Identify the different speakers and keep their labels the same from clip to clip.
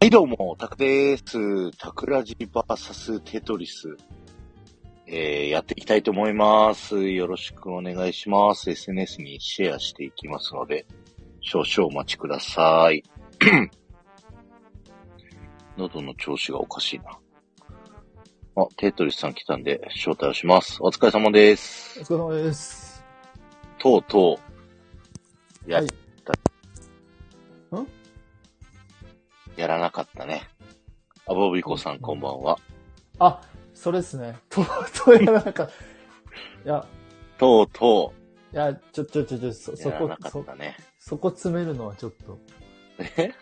Speaker 1: はい、どうも、タクです。タクラジバーサステトリス。えー、やっていきたいと思います。よろしくお願いします。SNS にシェアしていきますので、少々お待ちください。 喉の調子がおかしいな。あ、テトリスさん来たんで、招待をします。お疲れ様です
Speaker 2: お。疲れ様です。
Speaker 1: とうとう、やった。
Speaker 2: はいん
Speaker 1: やらなかったね。アボビコさんこんばんは。
Speaker 2: あ、それですね。とうとうやらなかった。いや、
Speaker 1: とうと、
Speaker 2: いや、ちょ、ちょ、ちょ、ちょ、そうそ
Speaker 1: やら
Speaker 2: こ
Speaker 1: な、かっ
Speaker 2: そ、
Speaker 1: たね。
Speaker 2: そこ詰めるのはちょっと、
Speaker 1: え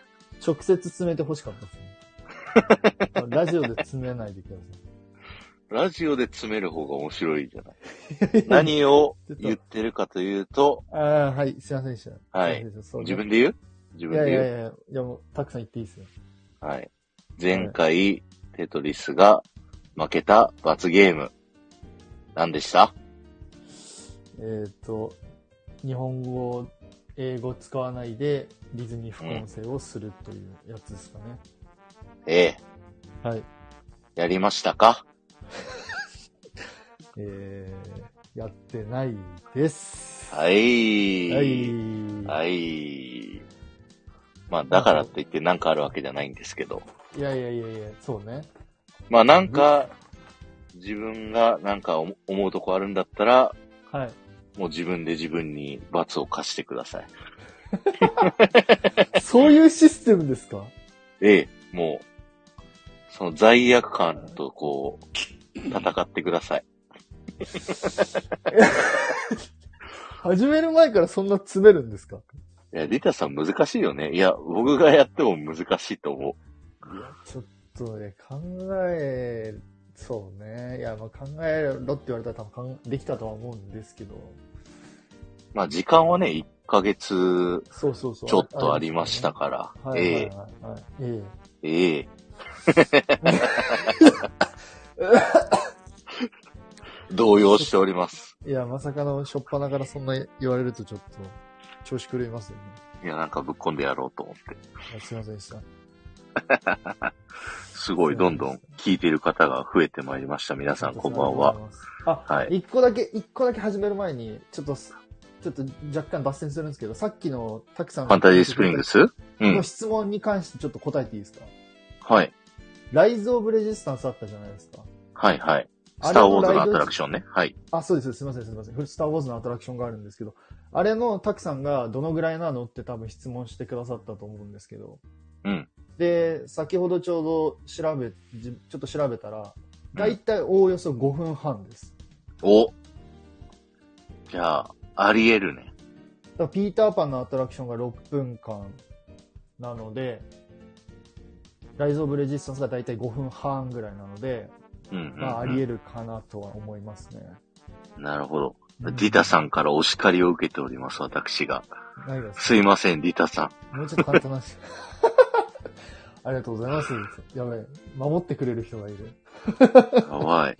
Speaker 2: 直接詰めて欲しかった ですね。ラジオで詰めないでくだ
Speaker 1: ラジオで詰める方が面白いじゃない。
Speaker 2: さい。
Speaker 1: 何を言ってるかというと、
Speaker 2: ああ、はい、すいませんでした。
Speaker 1: はい
Speaker 2: すませんでした。そう
Speaker 1: 自分で言う自
Speaker 2: い
Speaker 1: 分
Speaker 2: や
Speaker 1: で
Speaker 2: い
Speaker 1: 言う
Speaker 2: やいや、いやもう、たくさん言っていいですよ。
Speaker 1: はい。前回、テトリスが負けた罰ゲーム。何でした
Speaker 2: えっ、ー、と、日本語を、英語使わないで、ディズニー副音声をするというやつですかね。
Speaker 1: ええ、
Speaker 2: はい。
Speaker 1: やりましたか
Speaker 2: えー、やってないです。
Speaker 1: はい。
Speaker 2: はい。
Speaker 1: はい。まあ、だからといってなんかあるわけじゃないんですけど。
Speaker 2: いやいやいやいや、そうね。
Speaker 1: まあ、なんか、自分がなんか思思うとこあるんだったら、
Speaker 2: はい。
Speaker 1: もう自分で自分に罰を課してください。
Speaker 2: そういうシステムですか
Speaker 1: ええ、もう、その罪悪感とこう、戦ってください。
Speaker 2: 始める前からそんな詰めるんですか
Speaker 1: いや、リタさん難しいよね。いや、僕がやっても難しいと思
Speaker 2: ちょっとね、考え、そうね。いや、まあ考えろって言われたら多分考えできたとは思うんですけど。
Speaker 1: う。まあ、時間はね、1ヶ月
Speaker 2: そうそうそう。
Speaker 1: ちょっとありました
Speaker 2: か。
Speaker 1: から。
Speaker 2: はいはいはい、はい。え
Speaker 1: ええ、え え。動揺しております。
Speaker 2: えいや、まさかの初っ端からそんな言われるとちょっと調子狂いますよ
Speaker 1: い
Speaker 2: ね。
Speaker 1: や、なんかぶっ込んでやろうと思って。
Speaker 2: いやすいませんでした。
Speaker 1: すごい、どんどん聞いてる方が増えてまいりました。皆さん、こんばんは。。
Speaker 2: あ、
Speaker 1: は
Speaker 2: 一個だけ、一個だけ始める前に、ちょっとす、ちょっと若干脱線するんですけど、さっきのたくさん
Speaker 1: フ
Speaker 2: の
Speaker 1: ァンタジースプリングスう
Speaker 2: の
Speaker 1: ん。
Speaker 2: 質問に関してちょっと答えていいですか、
Speaker 1: はい。
Speaker 2: ライズ・オブ・レジスタンスあったじゃないですか。
Speaker 1: はい、はい。
Speaker 2: あ
Speaker 1: ス
Speaker 2: れ
Speaker 1: ターウォーズのアト
Speaker 2: ラ
Speaker 1: ラ
Speaker 2: イド
Speaker 1: クションね。はい。
Speaker 2: あ、そうです。すいません、すいません。スター・ウォーズのアトラクションがあるんですけど、あれのたくさんがどのぐらいなのって多分質問してくださったと思うんですけど。
Speaker 1: うん。
Speaker 2: で、先ほどちょうど調べ、じちょっと調べたら、
Speaker 1: ん
Speaker 2: だいたいおおよそ5分半です。
Speaker 1: おじゃあ、あり得るね。
Speaker 2: だからピーターパンのアトラクションが6分間なので、ライズ・オブ・レジスタンスがだいたい5分半ぐらいなので、
Speaker 1: うんうん、うん。
Speaker 2: まあ、あり得るかなとは思いますね。
Speaker 1: なるほど。ディタさ
Speaker 2: ん。
Speaker 1: んからお叱りを受けております、私が。
Speaker 2: 何がです
Speaker 1: すいません、ディタさん。
Speaker 2: かもうちょっと簡単な 話。ありがとうございます。やべえ。守ってくれる人がいる。
Speaker 1: やばい。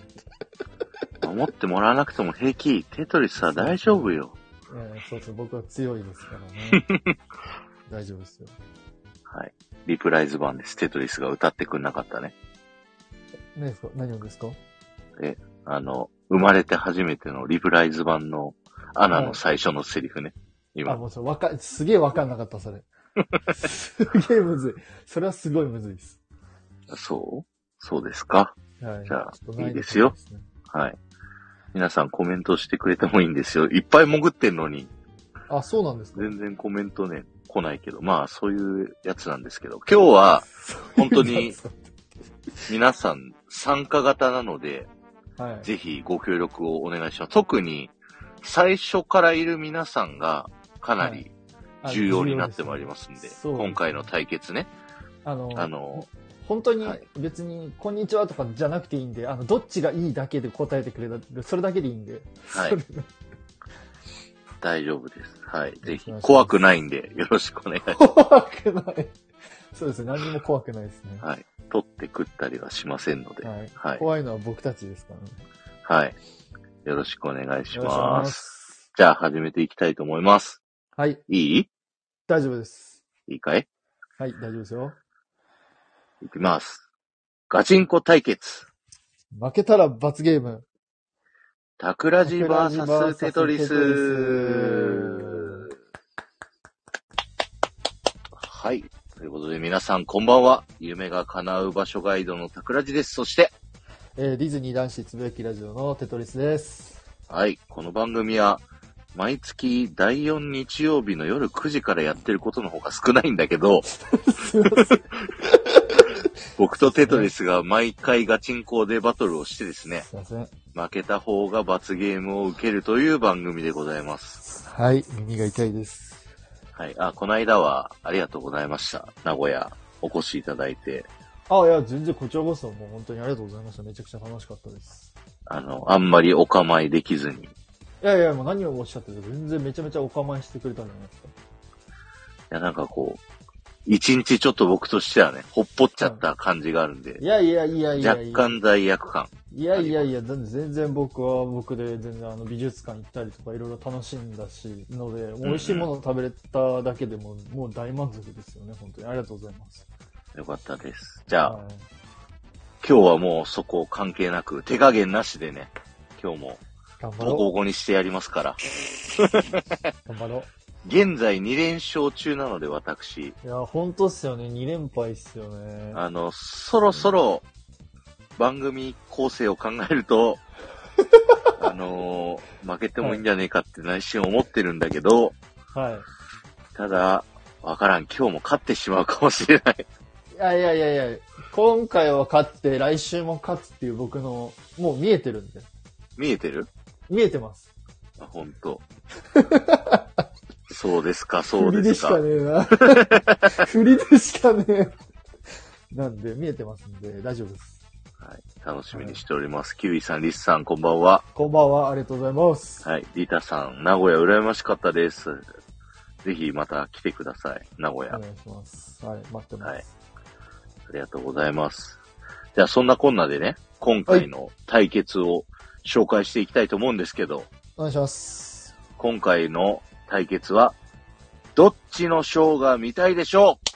Speaker 1: 守ってもらわなくても平気。テトリスは大丈夫よ。
Speaker 2: えーそうそう、僕は強いですから ね。大丈夫ですよ。
Speaker 1: はい。リプライズ版です。テトリスが歌ってくんなかったね。
Speaker 2: 何ですか何をですか
Speaker 1: あの、生まれて初めてのリプライズ版のアナの最初のセリフね。
Speaker 2: あ、
Speaker 1: 今。
Speaker 2: もうそれわか、すげえわかんなかっ た、それ。すげえむずい。それはすごいむずいです。
Speaker 1: そうそうですか
Speaker 2: はい、
Speaker 1: じゃあ
Speaker 2: ちょっと難
Speaker 1: いい
Speaker 2: 易度
Speaker 1: ですよ
Speaker 2: 高ね
Speaker 1: はい。皆さんコメントしてくれてもいいんですよ。いっぱい潜ってんのに。
Speaker 2: あ、そうなんですか
Speaker 1: 全然コメントね、来ないけど、まあそういうやつなんですけど、今日 は本当に。
Speaker 2: そう
Speaker 1: 皆さん参加型なので、
Speaker 2: なんです
Speaker 1: ぜひご協力をお願いします。特に最初からいる皆さんがかなり
Speaker 2: かはい。
Speaker 1: 重要になってまいりますんで、
Speaker 2: そう
Speaker 1: 今回の対決ね、
Speaker 2: あの、
Speaker 1: あの、
Speaker 2: 本当に
Speaker 1: はい
Speaker 2: 別に、こんにちはとかじゃなくていいんで、あの、どっちがいいだけで答えてくれた、それだけでいいんで。
Speaker 1: はい
Speaker 2: それ
Speaker 1: 大丈夫です。はい。ぜひ
Speaker 2: お願いします
Speaker 1: 怖くないんでよろしくお願い。
Speaker 2: 怖くない。そうですね。何にも怖くないですね。
Speaker 1: はい。取って食ったりはしませんので、
Speaker 2: はい。
Speaker 1: はい。
Speaker 2: 怖いのは僕たちですからね。
Speaker 1: はい。よろしくお願いし
Speaker 2: お願いし
Speaker 1: ま。
Speaker 2: ますす。
Speaker 1: じゃあ始めていきたいと思います。
Speaker 2: はい。
Speaker 1: いい
Speaker 2: 大丈夫です。
Speaker 1: いいかい
Speaker 2: はい、大丈夫ですよ。
Speaker 1: いきます。ガチンコ対決。
Speaker 2: 負けたら罰ゲーム。
Speaker 1: タクラジバー
Speaker 2: タク
Speaker 1: サ
Speaker 2: ラ
Speaker 1: ス
Speaker 2: ジ
Speaker 1: テトリ
Speaker 2: VS
Speaker 1: ス
Speaker 2: テトリ。
Speaker 1: はい。ということで皆さんこんばんは。夢が叶う場所ガイドのタクラジです。そして、
Speaker 2: えーディズニー男子つぶやきラジオのテトリスです。
Speaker 1: はい。この番組は毎月第4日曜日の夜9時からやってることの方が少ないんだけど、
Speaker 2: すいません。
Speaker 1: 僕とテトリスが毎回ガチンコでバトルをしてですね、
Speaker 2: すいません。
Speaker 1: 負けた方が罰ゲームを受けるという番組でございます。
Speaker 2: はい、耳が痛いです。
Speaker 1: はい。あ、この間はありがとうございました。名古屋お越しいただいて。
Speaker 2: あ、いや、全然こちらこそもう本当にありがとうございました。めちゃくちゃ楽しかったです。
Speaker 1: あの、あんまりお構いできずに。い
Speaker 2: いやいや、もう何をおっしゃってるか全然めちゃめちゃお構いしてくれたんじゃないですか。
Speaker 1: や、なんかこう、一日ちょっと僕としてはね、ほっぽっちゃった感じがあるんで
Speaker 2: い、やいやいやいや
Speaker 1: 若
Speaker 2: いや。
Speaker 1: 干罪悪感。
Speaker 2: いやいやいや、だって全然僕は僕で全然あの美術館行ったりとかいろいろ楽しんだし、ので、美味しいもの食べれただけでももう大満足ですよね、本当に。ありがとうございます。
Speaker 1: よかったです。じゃあ、
Speaker 2: はい
Speaker 1: 今日はもうそこ関係なく、手加減なしでね、今日も
Speaker 2: 頑張
Speaker 1: ボ
Speaker 2: ろ
Speaker 1: コボコにしてやりますから。
Speaker 2: う。頑張ろ
Speaker 1: 現在2連勝中なので、私。
Speaker 2: う。いや、本当っすよね。2連敗っすよね。
Speaker 1: あの、そろそろ、番組構成を考えると、あのー負けてもいいんじゃねえかって内心思ってるんだけど、
Speaker 2: はい。
Speaker 1: ただ、わからん。今日も勝ってしまうかもしれない。
Speaker 2: いやいやいやいや、今回は勝って、来週も勝つっていう僕の、もう見えてるんで。
Speaker 1: 見えてる
Speaker 2: 見えてます。
Speaker 1: あ、ほんと。そうですか、そうですか。
Speaker 2: 振りでしかねえ な。振りでしかねえ。なんで、見えてますんで、大丈夫です。
Speaker 1: はい、楽しみにしております。キウイさん、リスさん、こんばんは。
Speaker 2: こんばんは、ありがとうございます。
Speaker 1: はい、リタさん、名古屋羨ましかったです。ぜひまた来てください。名古屋。
Speaker 2: お願いします。はい、待ってます。
Speaker 1: はいありがとうございます。じゃあ、そんなこんなでね、今回の対決を紹介していきたいと思うんですけど、
Speaker 2: お願いします。
Speaker 1: 今回の対決は、どっちのショーが見たいでしょう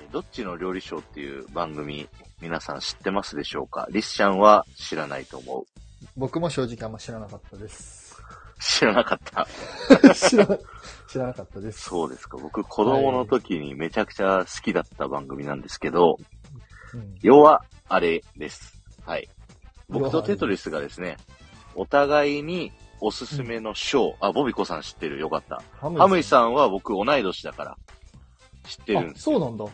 Speaker 1: えーどっちの料理ショーっていう番組、皆さん知ってますでしょうかリスちゃんは知らないと思う。
Speaker 2: 僕も正直あんま知らなかった です。
Speaker 1: 知らなかった。
Speaker 2: 知ら、知らなかったです。
Speaker 1: そうですか。僕、子供の時にめちゃくちゃ好きだった番組なんですけど、
Speaker 2: うん。
Speaker 1: 要は、あれです。はい。僕とテトリスがですね、お互いにおすすめのショー、あ、ボビコさん知ってる。よかった。
Speaker 2: ハ
Speaker 1: ハムイ
Speaker 2: ん
Speaker 1: さんは僕同い年だから、知ってるん
Speaker 2: あ、
Speaker 1: です。
Speaker 2: そうなんだ。へ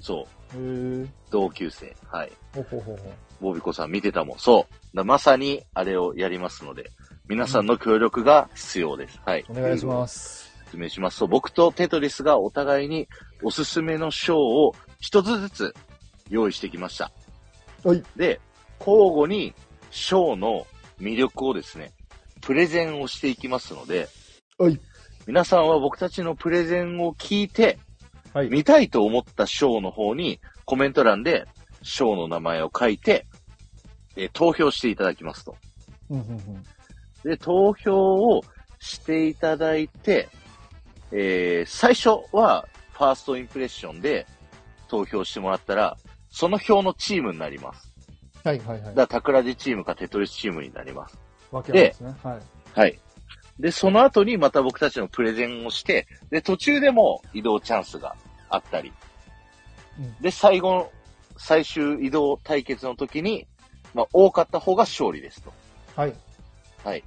Speaker 1: そう。
Speaker 2: え。
Speaker 1: 同級生。はい。
Speaker 2: ほほほほ。
Speaker 1: ボビコさん見てたもん。そう。だまさに、あれをやりますので、皆さんの協力が必要です。はい。
Speaker 2: お願いし
Speaker 1: す。
Speaker 2: ます。
Speaker 1: 説明します。そう、僕とテトリスがお互いにおすすめの賞を一つずつ用意してきました。
Speaker 2: はい。
Speaker 1: で、交互に賞の魅力をですね、プレゼンをしていきますので、
Speaker 2: はい。
Speaker 1: 皆さんは僕たちのプレゼンを聞いて、
Speaker 2: はい。
Speaker 1: 見たいと思ったショーの方に、コメント欄で、ショーの名前を書いて、えー投票していただきますと。
Speaker 2: うんうんうん。
Speaker 1: で、投票をしていただいて、えー最初は、ファーストインプレッションで投票してもらったら、その票のチームになります。
Speaker 2: はいはいは
Speaker 1: だ
Speaker 2: い
Speaker 1: から、。タクラジチームかテトリスチームになります。
Speaker 2: わけなんですね。はい。
Speaker 1: はい。で、その後にまた僕たちのプレゼンをして、で、途中でも移動チャンスがあったり、
Speaker 2: うん
Speaker 1: で、最後、最終移動対決の時に、まあ、多かった方が勝利ですと。
Speaker 2: はい。
Speaker 1: はい。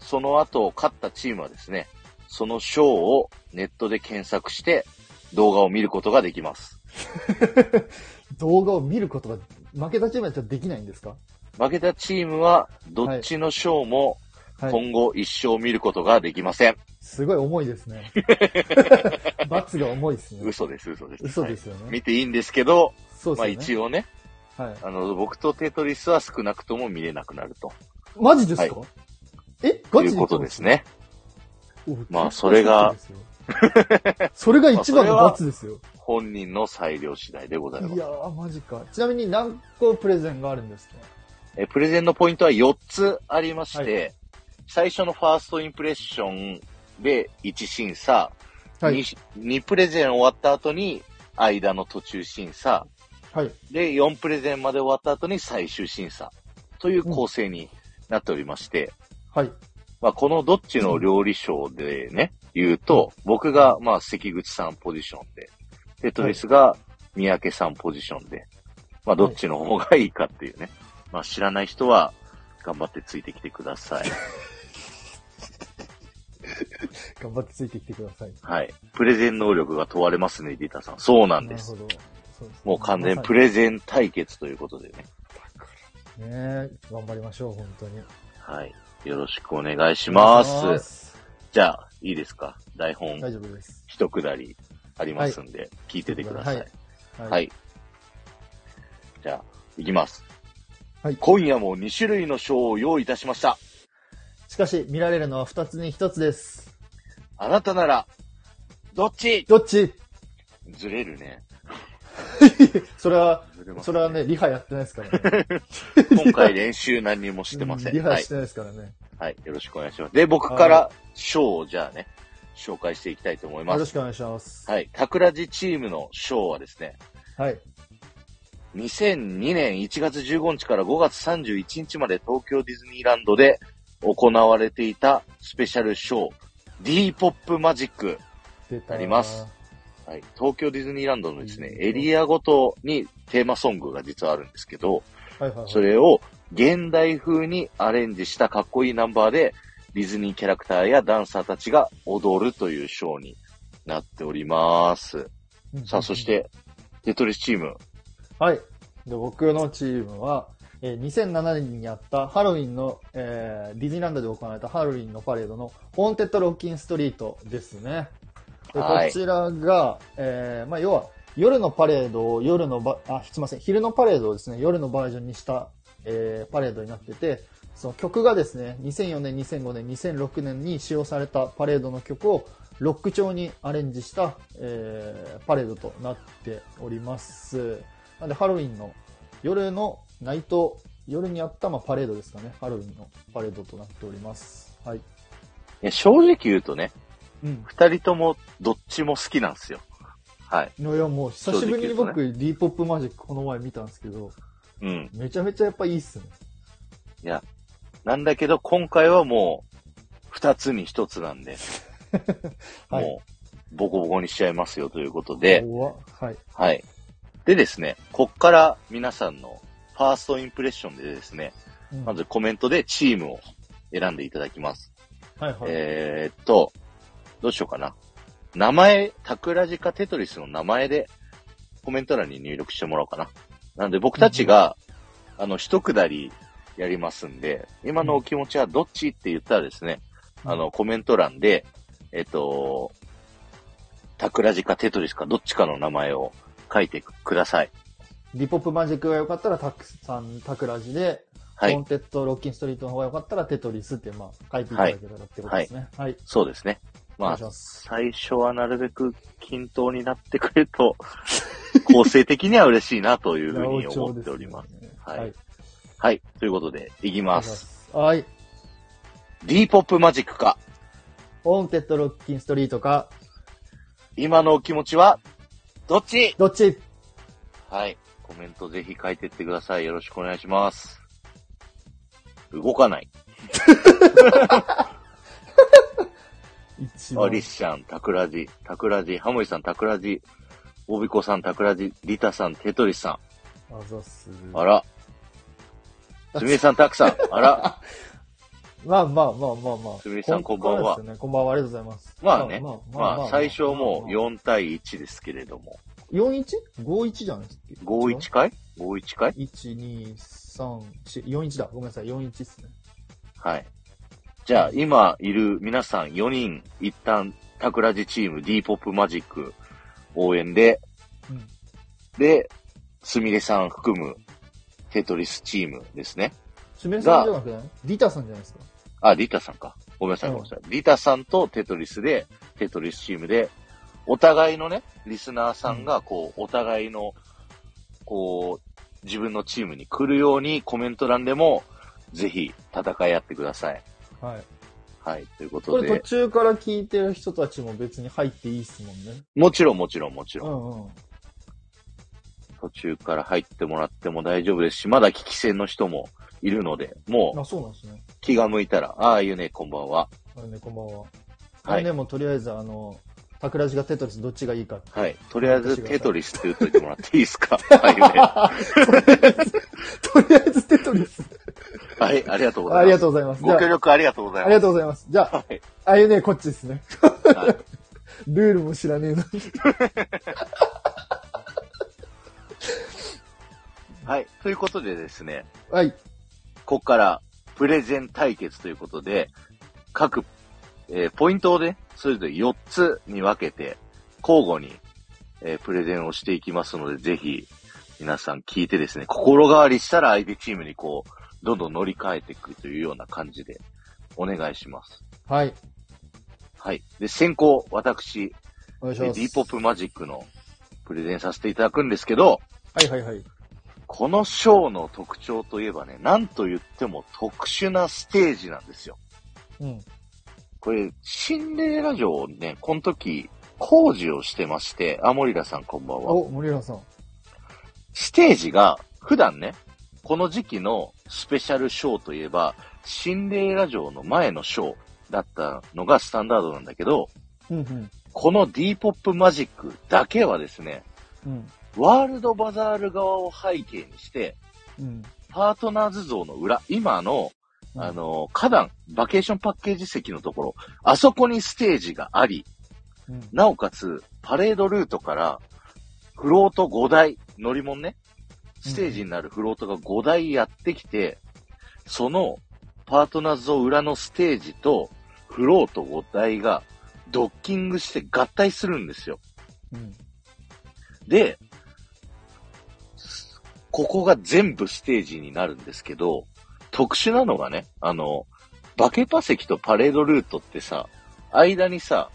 Speaker 1: その後、勝ったチームはですね、その賞をネットで検索して、動画を見ることができます。
Speaker 2: 動画を見ることが、負けたチームやったらできないんですか
Speaker 1: 負けたチームは、どっちの賞も
Speaker 2: はい。
Speaker 1: 今後一生見ることができません。
Speaker 2: すごい重いです ね。罰が重いですね。
Speaker 1: 嘘です、嘘です。、
Speaker 2: 嘘ですすよね。
Speaker 1: 見ていいんですけど、
Speaker 2: そう
Speaker 1: まあ
Speaker 2: ですよね。
Speaker 1: 一応ね、
Speaker 2: はい。
Speaker 1: あの、僕とテトリスは少なくとも見れなくなると。
Speaker 2: マジですか、えガ
Speaker 1: い
Speaker 2: チ
Speaker 1: うことです。ね。
Speaker 2: お結構
Speaker 1: まあそれが
Speaker 2: ショックですよ。それが一番の罰ですよ。
Speaker 1: 本人の裁量次第でございま
Speaker 2: い
Speaker 1: す。
Speaker 2: やー、マジか。ちなみに何個プレゼンがあるんですか
Speaker 1: えプレゼンのポイントは4つありまして、
Speaker 2: は
Speaker 1: 最初のファーストインプレッションで1審査、
Speaker 2: はい。
Speaker 1: 2, プレゼン終わった後に、間の途中審査。
Speaker 2: はい。
Speaker 1: で、4プレゼンまで終わった後に最終審査。という構成になっておりまして、
Speaker 2: はい。
Speaker 1: まあ、このどっちの料理賞でね、言うと、僕が、まあ、関口さんポジションで、テトリスが三宅さんポジションで、まあ、どっちの方がいいかっていうね。まあ、知らない人は、頑張ってついてきてください。
Speaker 2: 頑張ってついてきてください。
Speaker 1: はい。プレゼン能力が問われますね、リーターさん。そうなんです。
Speaker 2: るほど。そうですね
Speaker 1: もう完全プ
Speaker 2: ま
Speaker 1: レゼン対決ということでね。
Speaker 2: さにね頑張りましょう、本当に。
Speaker 1: はい。よろしくお願いしま。
Speaker 2: お願いしますす
Speaker 1: じゃあ、いいですか台本
Speaker 2: 大丈夫です。
Speaker 1: 一くだりありますんで、聞いててください。
Speaker 2: はいは
Speaker 1: はい。じゃあ、いきます。
Speaker 2: はい
Speaker 1: 今夜も2種類の賞を用意いたしました。
Speaker 2: しかし、見られるのは二つに一つです。
Speaker 1: あなたなら、どっち
Speaker 2: どっち
Speaker 1: ずれるね。
Speaker 2: それは、
Speaker 1: ずれます
Speaker 2: それはね、リハやってないですからね。
Speaker 1: 今回練習何にも してませ。
Speaker 2: うんリ
Speaker 1: は
Speaker 2: ハ
Speaker 1: い
Speaker 2: し。てないですからね。
Speaker 1: はい。よろしくお願いします。で、僕から賞をじゃあね、紹介していきたいと思い
Speaker 2: よ
Speaker 1: ま
Speaker 2: ろ
Speaker 1: す。
Speaker 2: しくお願いします。
Speaker 1: はい。桜地チームの賞はですね、
Speaker 2: はい。
Speaker 1: 2002年1月15日から5月31日まで東京ディズニーランドで行われていたスペシャルショー、D ポップマジック。
Speaker 2: 出た
Speaker 1: なります。はい、東京ディズニーランドのですね、
Speaker 2: うん
Speaker 1: エリアごとにテーマソングが実はあるんですけど、
Speaker 2: はいはいはい。
Speaker 1: それを現代風にアレンジしたかっこいいナンバーで、ディズニーキャラクターやダンサーたちが踊るというショーになっております。
Speaker 2: うん
Speaker 1: さあ、そし。て、テトリスチーム。
Speaker 2: はい。で、僕のチームは、えー2007年にあったハロウィンの、えーディズニーランドで行われたハロウィンのパレードのホーンテッドロッキンストリートですね。でこ
Speaker 1: はい
Speaker 2: ちらが、えーまあ、要は夜のパレードを夜のば、あ、すいません、昼のパレードをですね、夜のバージョンにした、えーパレードになってて、その曲がですね、2004年、2005年、2006年に使用されたパレードの曲をロック調にアレンジした、えーパレードとなっております。なんで、ハロウィンの夜のナイト、夜にあった、まあ、パレードですかね。ハロウィンのパレードとなっております。はい。
Speaker 1: いや正直言うとね、
Speaker 2: うん。
Speaker 1: 二人ともどっちも好きなんですよ。はい。
Speaker 2: いや、もう久しぶりに
Speaker 1: 正直
Speaker 2: 僕、D ポップマジックこの前見たんですけど、
Speaker 1: うん。
Speaker 2: めちゃめちゃやっぱいいっすね。
Speaker 1: いや、なんだけど今回はもう、二つに一つなんで、
Speaker 2: はい。
Speaker 1: もう、ボコボコにしちゃいますよということで、
Speaker 2: 怖はい。
Speaker 1: はい。でですね、こっから皆さんのファーストインプレッションでですね、
Speaker 2: うん
Speaker 1: まずコメントでチームを選んでいただきます。
Speaker 2: はいはい。
Speaker 1: えーっと、どうしようかな。名前、タクラジかテトリスの名前でコメント欄に入力してもらおうかな。なんで僕たちが、あの、一くだりやりますんで、今のお気持ちはどっちって言ったらですね、あの、コメント欄で、えっと、タクラジかテトリスかどっちかの名前を書いてください。
Speaker 2: D ポップマジックが良かったら、たくさん、タクラジで、
Speaker 1: は
Speaker 2: コン
Speaker 1: い、
Speaker 2: テッドロッキンストリートの方が良かったら、テトリスって、まあ、書いていただけたらってことですね。はい。
Speaker 1: そうですね。
Speaker 2: お願
Speaker 1: ま
Speaker 2: いし
Speaker 1: あ、
Speaker 2: ます。
Speaker 1: 最初はなるべく均等になってくれると、 構成的には嬉しいなというふうに思っております。
Speaker 2: すね。
Speaker 1: はいはい、ということで、いき
Speaker 2: お願
Speaker 1: ま。
Speaker 2: いしますす。はい。
Speaker 1: D ポップマジックか、
Speaker 2: オンテッドロッキンストリートか、
Speaker 1: 今のお気持ちは、どっち
Speaker 2: どっち
Speaker 1: はい、コメントぜひ書いてってください。よろしくお願いします。動かない。
Speaker 2: 一
Speaker 1: あ、
Speaker 2: 番
Speaker 1: リッシャン、タクラジ、タクラジ、ハモイさん、タクラジ、オビコさん、タクラジ、リタさん、テトリスさ
Speaker 2: あざっす。
Speaker 1: ん。あ ら。すみれさん、たくさん。あら。
Speaker 2: まあまあまあまあまあ。
Speaker 1: すみれさんこんばんは
Speaker 2: こからですよねこんばんは、ありがとうございます。
Speaker 1: まあね。まあ、最初もう4対1ですけれども。
Speaker 2: 41?51 じゃないですか。
Speaker 1: 51回 ?51 回
Speaker 2: ?1、2、3、4、41だ。ごめんなさい、41ですね。
Speaker 1: はい。じゃあ、今いる皆さん4人、一旦、タクラジチーム D ポップマジック応援で、
Speaker 2: うん。
Speaker 1: で、すみれさん含むテトリスチームですね。
Speaker 2: すみれさんじゃなくないリタさんじゃないですか。
Speaker 1: あ、リタさんか。ごめんなさい、ごめんなさい。リタさんとテトリスで、テトリスチームで、お互いのね、リスナーさんが、こう、お互いの、こう、自分のチームに来るようにコメント欄でも、ぜひ戦い合ってください。
Speaker 2: はい。
Speaker 1: はい。というこ
Speaker 2: ことれ途
Speaker 1: で、
Speaker 2: 中から聞いてる人たちも別に入っていいっすもんね。
Speaker 1: もちろんもちろんもち
Speaker 2: う
Speaker 1: ろん、
Speaker 2: んうん。
Speaker 1: 途中から入ってもらっても大丈夫ですし、まだ聞き戦の人もいるので、も
Speaker 2: あ、そうなんですね。
Speaker 1: う気が向いたら、ああいうね、こんばんは。
Speaker 2: あれね、こんばんは。あ
Speaker 1: は
Speaker 2: れ
Speaker 1: い
Speaker 2: ね、もうとりあえず、あの、桜地がテトリスどっちがいいかって。
Speaker 1: はい。とりあえず、 テトリスって言っといてもらっていいです かは
Speaker 2: とりあえずテトリス。
Speaker 1: い、ね。はい、ありがとうございます。
Speaker 2: ありがとうございます。じゃ
Speaker 1: ご協
Speaker 2: あ、
Speaker 1: 力ありがとうござい
Speaker 2: あ
Speaker 1: ま
Speaker 2: り
Speaker 1: す。
Speaker 2: がとうございます。じゃあ、
Speaker 1: はい
Speaker 2: あゆねこっちですね。
Speaker 1: はい
Speaker 2: ルールも知らねえのに。
Speaker 1: はい。ということでですね、
Speaker 2: はい。
Speaker 1: ここからプレゼン対決ということで、各、えーポイントをね、それぞれ4つに分けて、交互に、えープレゼンをしていきますので、ぜひ、皆さん聞いてですね、心変わりしたら相手チームにこう、どんどん乗り換えていくというような感じで、お願いします。
Speaker 2: はい。
Speaker 1: はい。で、先行、私、
Speaker 2: お願いし
Speaker 1: え
Speaker 2: ま
Speaker 1: ー
Speaker 2: す。
Speaker 1: ディーポップマジックのプレゼンさせていただくんですけど、
Speaker 2: はいはいはい。
Speaker 1: このショーの特徴といえばね、なんと言っても特殊なステージなんですよ。
Speaker 2: うん。
Speaker 1: これ、心霊ラジオをね、この時、工事をしてまして、あ、森田さんこんばんは。
Speaker 2: お、森浦さん。
Speaker 1: ステージが、普段ね、この時期のスペシャルショーといえば、心霊ラジオの前のショーだったのがスタンダードなんだけど、
Speaker 2: うんうん。
Speaker 1: この d ポップマジックだけはですね、
Speaker 2: うん。
Speaker 1: ワールドバザール側を背景にして、
Speaker 2: うん。
Speaker 1: パートナーズ像の裏、今のあ、の、花壇、バケーションパッケージ席のところ、あそこにステージがあり、
Speaker 2: うん。
Speaker 1: なおかつ、パレードルートから、フロート5台、乗り物ね、ステージになるフロートが5台やってきて、その、パートナーズを裏のステージと、フロート5台が、ドッキングして合体するんですよ。
Speaker 2: うん。
Speaker 1: で、ここが全部ステージになるんですけど、特殊なのがね、あの、バケパ席とパレードルートってさ、間にさ、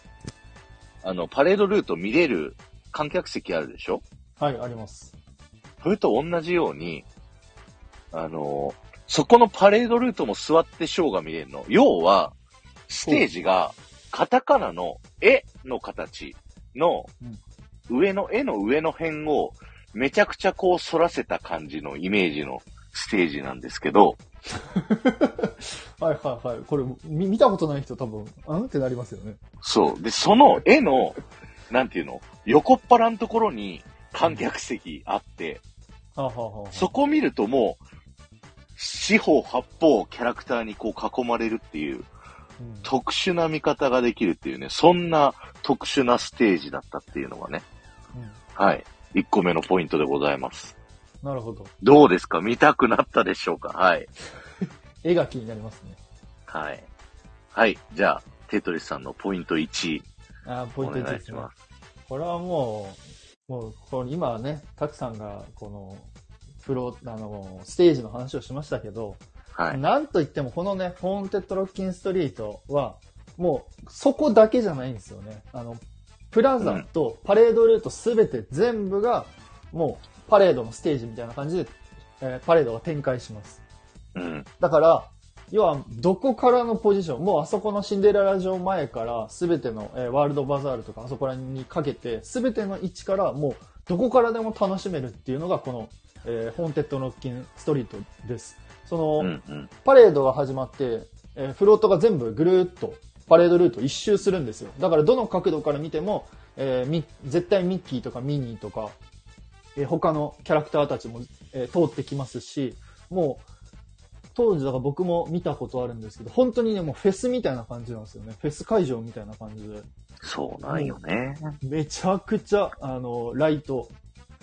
Speaker 1: あの、パレードルート見れる観客席あるでしょ
Speaker 2: はい、あります。
Speaker 1: それと同じように、あの、そこのパレードルートも座ってショーが見れるの。要は、ステージが、カタカナの絵の形の上の、絵の上の辺をめちゃくちゃこう反らせた感じのイメージのステージなんですけど、
Speaker 2: はいはいはい。これ、み見たことない人多分、あんってなりますよね。
Speaker 1: そう。で、その絵の、なんていうの、横っ腹のところに観客席あって、
Speaker 2: はあ、はあはあ、
Speaker 1: そこ見るともう、四方八方キャラクターにこう囲まれるっていう、
Speaker 2: うん
Speaker 1: 特殊な見方ができるっていうね、そんな特殊なステージだったっていうのがね、
Speaker 2: うん
Speaker 1: はい。1個目のポイントでございます。
Speaker 2: なるほど。
Speaker 1: どうですか見たくなったでしょうかはい。
Speaker 2: 絵が気になりますね。
Speaker 1: はい。はい。じゃあ、テトリスさんのポイント1、
Speaker 2: あーポ
Speaker 1: お
Speaker 2: イント1
Speaker 1: 願
Speaker 2: で
Speaker 1: い
Speaker 2: す
Speaker 1: し
Speaker 2: ね。
Speaker 1: ます。
Speaker 2: これはもう、もう、この今はね、たくさんが、この、プロ、あの、ステージの話をしましたけど、
Speaker 1: はい。
Speaker 2: なんといってもこのね、ホーンテッドロッキンストリートは、もう、そこだけじゃないんですよね。あの、プラザとパレードルートすべて全部が、もう、パレードのステージみたいな感じで、えーパレードが展開します。
Speaker 1: うん。
Speaker 2: だから、要は、どこからのポジション、もうあそこのシンデレラ城前から、すべての、えーワールドバザールとかあそこらにかけて、すべての位置から、もう、どこからでも楽しめるっていうのが、この、えーホーンテッドロッキンストリートです。その、
Speaker 1: うん。うん。
Speaker 2: パレードが始まって、えーフロートが全部ぐるーっとパレードルート一周するんですよ。だからどの角度から見ても、えーミ絶対ミッキーとかミニーとか、えー他のキャラクターたちも、えー通ってきますし、もう、当時だから僕も見たことあるんですけど、本当にね、もうフェスみたいな感じなんですよね。フェス会場みたいな感じで。
Speaker 1: そうなんよね。
Speaker 2: めちゃくちゃ、あの、ライト、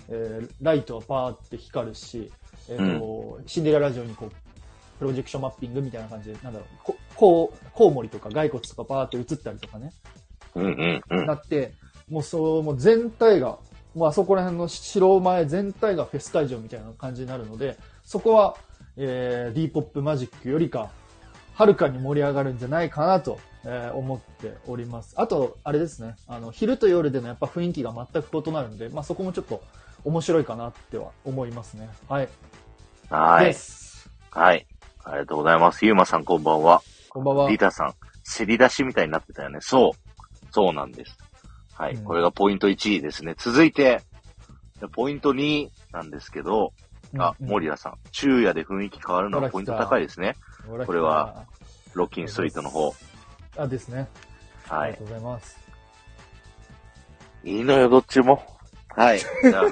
Speaker 2: えーライトはバーって光るし、えーとシンデレラ城にこう、プロジェクションマッピングみたいな感じで、なんだろう、ここう、コウモリとか骸骨とかバーって映ったりとかね、
Speaker 1: うんうんうん。
Speaker 2: なって、もうそう、もう全体が、もうあそこら辺の城前全体がフェス会場みたいな感じになるので、そこは、えー、D-POP マジックよりか、はるかに盛り上がるんじゃないかなと、えー思っております。あと、あれですね、あの、昼と夜でのやっぱ雰囲気が全く異なるんで、まあそこもちょっと面白いかなっては思いますね。はい。
Speaker 1: は
Speaker 2: で
Speaker 1: い。
Speaker 2: す。
Speaker 1: はい。ありがとうございます。ゆうまさんこんばんは。
Speaker 2: こんばんは
Speaker 1: リ。ータさん、競り出しみたいになってたよね。そう。そうなんです。はい。
Speaker 2: うん
Speaker 1: これがポイント1ですね。続いて、ポイント2なんですけど、あ、森田さん。昼夜で雰囲気変わるのはポイント高いですね。
Speaker 2: こ
Speaker 1: これは。ロッキンストリートの方。
Speaker 2: あ、ですね。あ
Speaker 1: はい
Speaker 2: りが。とうございます。
Speaker 1: いいのよ、どっちも。 はい。じゃあ、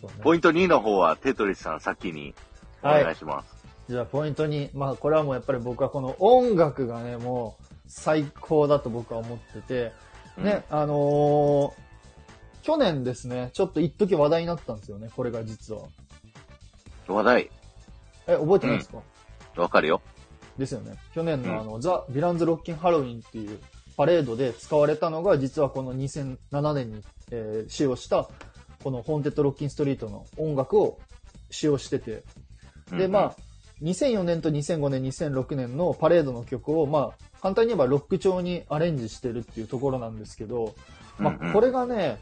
Speaker 2: そうね
Speaker 1: ポイント2の方は、テトリスさん先にお願いします。
Speaker 2: じゃあポイントに、まあこれはもうやっぱり僕はこの音楽がね、もう最高だと僕は思ってて、ね、あのー去年ですね、ちょっと一時話題になったんですよね、これが実は。
Speaker 1: うん。話題、
Speaker 2: え、覚えてないですか、
Speaker 1: わかるよ。
Speaker 2: ですよね。去年
Speaker 1: うん
Speaker 2: のあの、ザ・ヴィランズ・ロッキン・ハロウィンっていうパレードで使われたのが、実はこの2007年に、えー使用した、このホーンテッド・ロッキン・ストリートの音楽を使用してて、で、まあ、2004年と2005年、2006年のパレードの曲を、まあ、簡単に言えばロック調にアレンジしてるっていうところなんですけど、
Speaker 1: うんうん、
Speaker 2: まあ、これがね、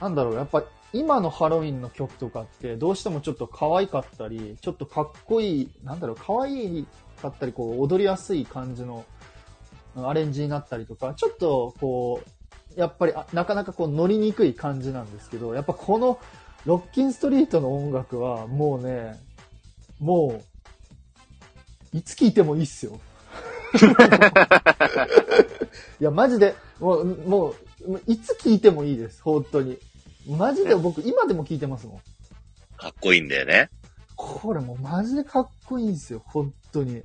Speaker 2: なんだろう、やっぱ今のハロウィンの曲とかって、どうしてもちょっと可愛かったり、ちょっとかっこいい、なんだろう、可愛かったり、こう、踊りやすい感じのうんアレンジになったりとか、ちょっと、こう、やっぱりあなかなかこう乗りにくい感じなんですけど、やっぱこのロッキンストリートの音楽はもうね、もう、いつ聴いてもいいっすよ。 いや、マジで、もう、もう、もういつ聴いてもいいです、本当に。マジで僕、今でも聴いてますもん。
Speaker 1: かっこいいんだよね。
Speaker 2: これもうマジでかっこいいんですよ、本当に。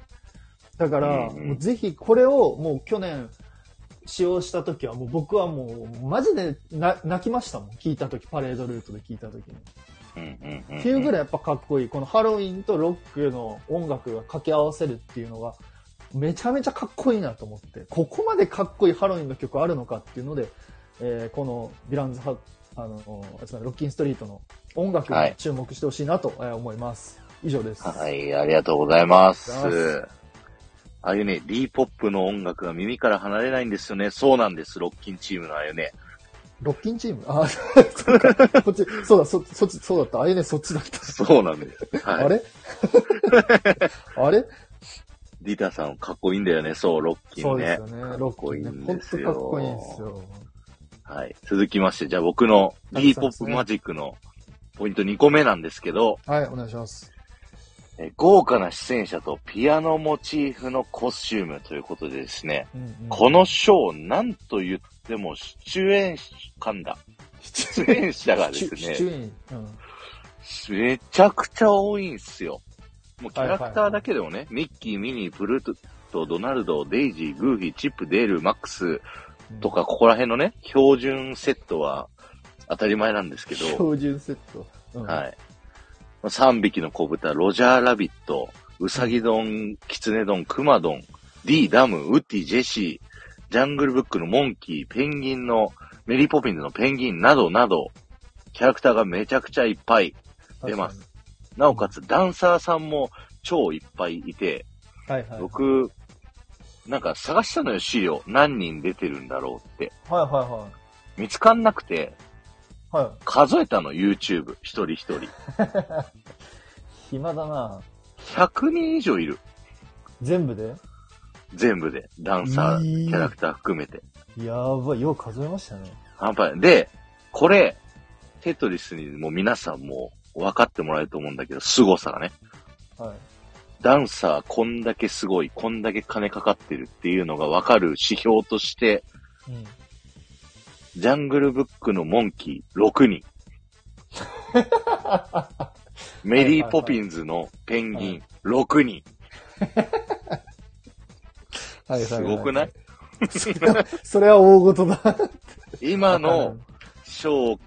Speaker 2: だから、
Speaker 1: うんうん
Speaker 2: もうぜひこれをもう去年使用した時は、もう僕はもうマジでな泣きましたもん、聞いた時、パレードルートで聞いた時に。
Speaker 1: うんうんうん、うん。
Speaker 2: っていうぐ
Speaker 1: らい。
Speaker 2: らいやっぱかっこいい。このハロウィンとロックの音楽が掛け合わせるっていうのが、めちゃめちゃかっこいいなと思って、ここまでかっこいいハロウィンの曲あるのかっていうので、えーこのヴィランズハ、あの、つまりロッキンストリートの音楽に注目してほしいなとえー思います。以上です。
Speaker 1: はい、ありがとうございます
Speaker 2: ありがとうござい。
Speaker 1: ああいうね、D ポップの音楽が耳から離れないんですよね。そうなんです、ロッキンチームのああいうね。
Speaker 2: ロッキンチーム あ、そうか。こっち、そうだ、そ、そっち、そうだった。あゆね、そっちだった。
Speaker 1: そうなんです。はい。
Speaker 2: あれ あれ
Speaker 1: ディタさん、かっこいいんだよね。そう、ロッキ
Speaker 2: そ
Speaker 1: ン
Speaker 2: うです
Speaker 1: ね
Speaker 2: よ。ね。
Speaker 1: かっ
Speaker 2: ロッ
Speaker 1: こ
Speaker 2: キ
Speaker 1: いい
Speaker 2: ンね。
Speaker 1: ん
Speaker 2: ほん
Speaker 1: で
Speaker 2: と
Speaker 1: す
Speaker 2: か
Speaker 1: よ。
Speaker 2: っこいいんですよ。
Speaker 1: はい。続きまして、じゃあ僕の D ポップマジックのポイント2個目なんですけど、
Speaker 2: はい、お願いします。
Speaker 1: え豪華な出演者とピアノモチーフのコスチュームということでですね、
Speaker 2: うんうん
Speaker 1: こ のショー、なんと言っても、出演者、噛んだ。出演者がです
Speaker 2: シチュシチ
Speaker 1: ね、
Speaker 2: ュインうん。
Speaker 1: めちゃくちゃ多いんすよ。もうキャラク
Speaker 2: はいはい
Speaker 1: タ
Speaker 2: は
Speaker 1: ー
Speaker 2: い
Speaker 1: だけでもね、ミッキー、ミニー、ブルート、ドナルド、デイジー、グーフィー、チップ、デール、マックスとか、ここら辺のね、標準セットは当たり前なんですけど、
Speaker 2: 標準セット。うん
Speaker 1: はい。3匹の子豚、ロジャーラビット、ウサギ丼、キツネ丼、クマ丼、D、ダム、ウッディ、ジェシー、ジャングルブックのモンキー、ペンギンの、メリーポピンズのペンギンなどなど、キャラクターがめちゃくちゃいっぱい。出ますなおかつダンサーさんも超いっぱいいて、
Speaker 2: 確かに。はいはい。
Speaker 1: 僕、なんか探したのよ、資料。何人出てるんだろうって。
Speaker 2: はいは
Speaker 1: 見つかんなくて、
Speaker 2: いはい。は
Speaker 1: 数えたの、YouTube。一人一人。
Speaker 2: い。 暇だな
Speaker 1: 100人以上いる。
Speaker 2: 全部で
Speaker 1: 全部で。ダンサ
Speaker 2: え
Speaker 1: ー、
Speaker 2: ー
Speaker 1: キャラクター含めて。
Speaker 2: やばい。よう数えましたね。
Speaker 1: 半端ない。で、これ、テトリスにもう皆さんもう分かってもらえると思うんだけど、凄さがね。
Speaker 2: はい。
Speaker 1: ダンサーこんだけすごい、こんだけ金かかってるっていうのが分かる指標として、
Speaker 2: うん。
Speaker 1: ジャングルブックのモンキー6人。 メリーポピンズのペンギン6人。
Speaker 2: はいはいはい。
Speaker 1: すごくない
Speaker 2: それは大事だ。
Speaker 1: 今のショーを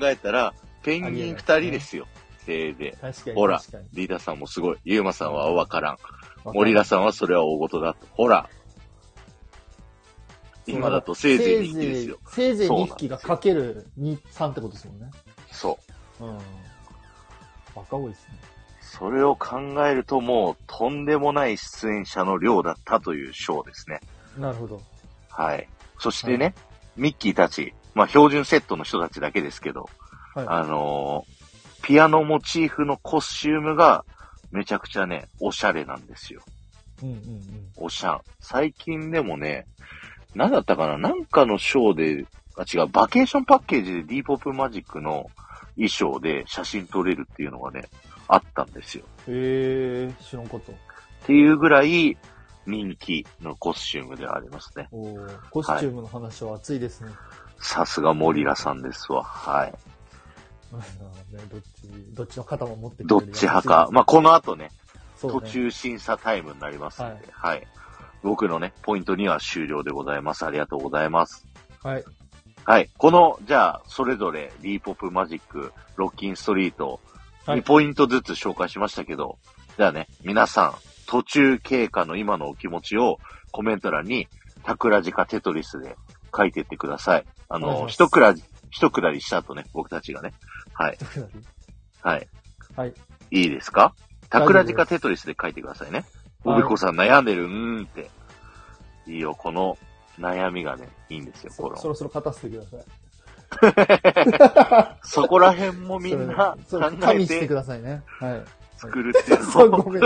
Speaker 1: 考えたら、ペンギン2人ですよ。せいで。
Speaker 2: 確かに。
Speaker 1: ほら
Speaker 2: 確かに。
Speaker 1: リーダーさんもすごい。ユーマさんはわからん。
Speaker 2: わかる
Speaker 1: 森田さんはそれは大事だと。ほら。今だとせいぜい人気ですよ。
Speaker 2: せいぜい2匹がかける2、3ってことですもんね。
Speaker 1: そう。
Speaker 2: うん。バカ多いですね。
Speaker 1: それを考えるともうとんでもない出演者の量だったというショーですね。
Speaker 2: なるほど。
Speaker 1: はい。そしてね、ミッキーたち、まあ標準セットの人たちだけですけど、
Speaker 2: はい
Speaker 1: あのーピアノモチーフのコスチュームがめちゃくちゃね、おしゃれなんですよ。
Speaker 2: うんうんうん。
Speaker 1: オシャン。最近でもね、何だったかななんかのショーで、あ、違う、バケーションパッケージで d ポップマジックの衣装で写真撮れるっていうのがね、あったんですよ。
Speaker 2: へえー、知らんこと。
Speaker 1: っていうぐらい人気のコスチュームではありますね。
Speaker 2: おーコスチュームの話は熱いですね。
Speaker 1: さすがモリラさんですわ。はい。
Speaker 2: まあねどっち、どっちの肩も持ってくれる
Speaker 1: どっち派か。まあ、この後ね、
Speaker 2: そうね
Speaker 1: 途中審査タイムになりますんで、はい、僕のね、ポイントには終了でございます。ありがとうございます。
Speaker 2: はい。
Speaker 1: はい。この、じゃあ、それぞれ、リーポップマジック、ロッキンストリート、
Speaker 2: はい
Speaker 1: 2ポイントずつ紹介しましたけど、じゃあね、皆さん、途中経過の今のお気持ちを、コメント欄に、タクラジかテトリスで書いてってください。あ
Speaker 2: お願いし
Speaker 1: の、
Speaker 2: ます
Speaker 1: 一くら、一くだりした後ね、僕たちがね。はい。
Speaker 2: どこだっけ
Speaker 1: はい。
Speaker 2: はい。
Speaker 1: いいですかタクラジ
Speaker 2: 大丈
Speaker 1: か
Speaker 2: 夫で
Speaker 1: テトリスで書いてくださいね。お
Speaker 2: はい
Speaker 1: びこさん悩んでる、うーんって。いいよ、この悩みがね、いいんですよ、こ
Speaker 2: そ
Speaker 1: の。
Speaker 2: そろそろ肩捨ててください。
Speaker 1: そこら辺もみんな
Speaker 2: そ
Speaker 1: 考
Speaker 2: れそれ加
Speaker 1: え
Speaker 2: 味して
Speaker 1: て
Speaker 2: くださいね。はい。
Speaker 1: 作るっていう
Speaker 2: そう、
Speaker 1: のを
Speaker 2: ごめん。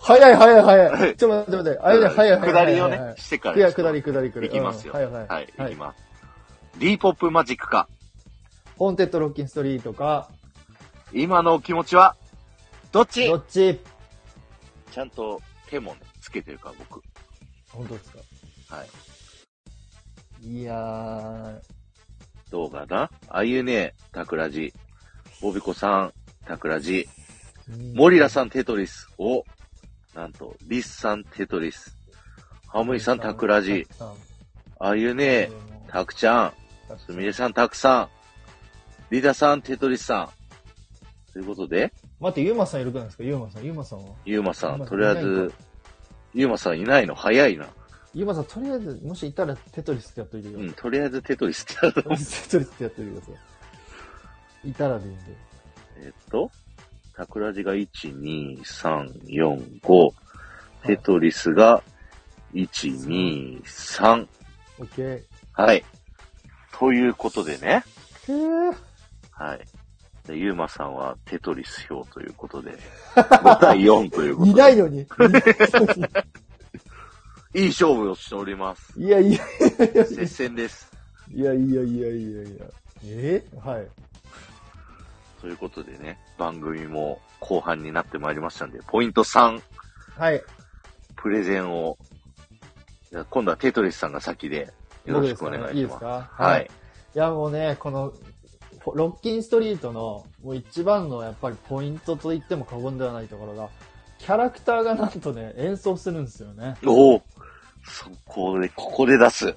Speaker 2: 早い早 い早い。ちょ、待って待って。あれだ、早い早い。
Speaker 1: 下りを
Speaker 2: はいはい
Speaker 1: ね、
Speaker 2: は
Speaker 1: してから
Speaker 2: い。いや、下り下り下り。
Speaker 1: いきますよ
Speaker 2: うんはいは
Speaker 1: はいい。、いきます。D ポップマジックか、
Speaker 2: ホーンテッドロッキンストリートか、
Speaker 1: 今のお気持ちは、どっち
Speaker 2: どっち
Speaker 1: ちゃんと手もね、つけてるから僕。
Speaker 2: 本当ですか。
Speaker 1: はい
Speaker 2: いやー、
Speaker 1: どうかなああいうね、タクラジ。おびこさん、タクラジ。モリラさん、テトリス。お、なんと、リスさん、テトリス。ハムイさん、タクラジ。
Speaker 2: タク
Speaker 1: あゆ
Speaker 2: さん。
Speaker 1: ね、タクちゃん。
Speaker 2: タク
Speaker 1: すみれさん、たくさん。リダさん、テトリスさん。ということで、
Speaker 2: 待って、ユーマさんいるくないですかユーマさん、ユーマさんは。
Speaker 1: ゆうまさん、
Speaker 2: ゆうまさん
Speaker 1: とりあえ
Speaker 2: いない
Speaker 1: ず、ゆうまさんいないの早いな。
Speaker 2: ユーマさん、とりあえず、もしいたらテトリスってやっといてくだ
Speaker 1: う
Speaker 2: さい。
Speaker 1: ん、とりあえずテトリスってやろう
Speaker 2: テトリスってやっといてください。いたらでいいんで。
Speaker 1: えっと、タクラジが1、2、3、4、5。テトリスが1、2、3。
Speaker 2: オッケー。
Speaker 1: はい。ということでね。
Speaker 2: くー
Speaker 1: はい。でゆうまさんはテトリス票ということ で、5対4ということ
Speaker 2: い
Speaker 1: で、
Speaker 2: ないのに。
Speaker 1: いい勝負をしております。
Speaker 2: いやいやいやいや
Speaker 1: 接戦です。
Speaker 2: いやいやいやいやいや。えはい。
Speaker 1: ということでね、番組も後半になってまいりましたんで、ポイント3、
Speaker 2: はい。
Speaker 1: プレゼンを、じゃあ今度はテトリスさんが先で、よろしくお願いします。
Speaker 2: いいですか
Speaker 1: はい。。
Speaker 2: いやもうね、この、ロッキンストリートの、もう一番のやっぱりポイントと言っても過言ではないところが、キャラクターがなんとね、演奏するんですよね。
Speaker 1: おおそこで、ここで出す。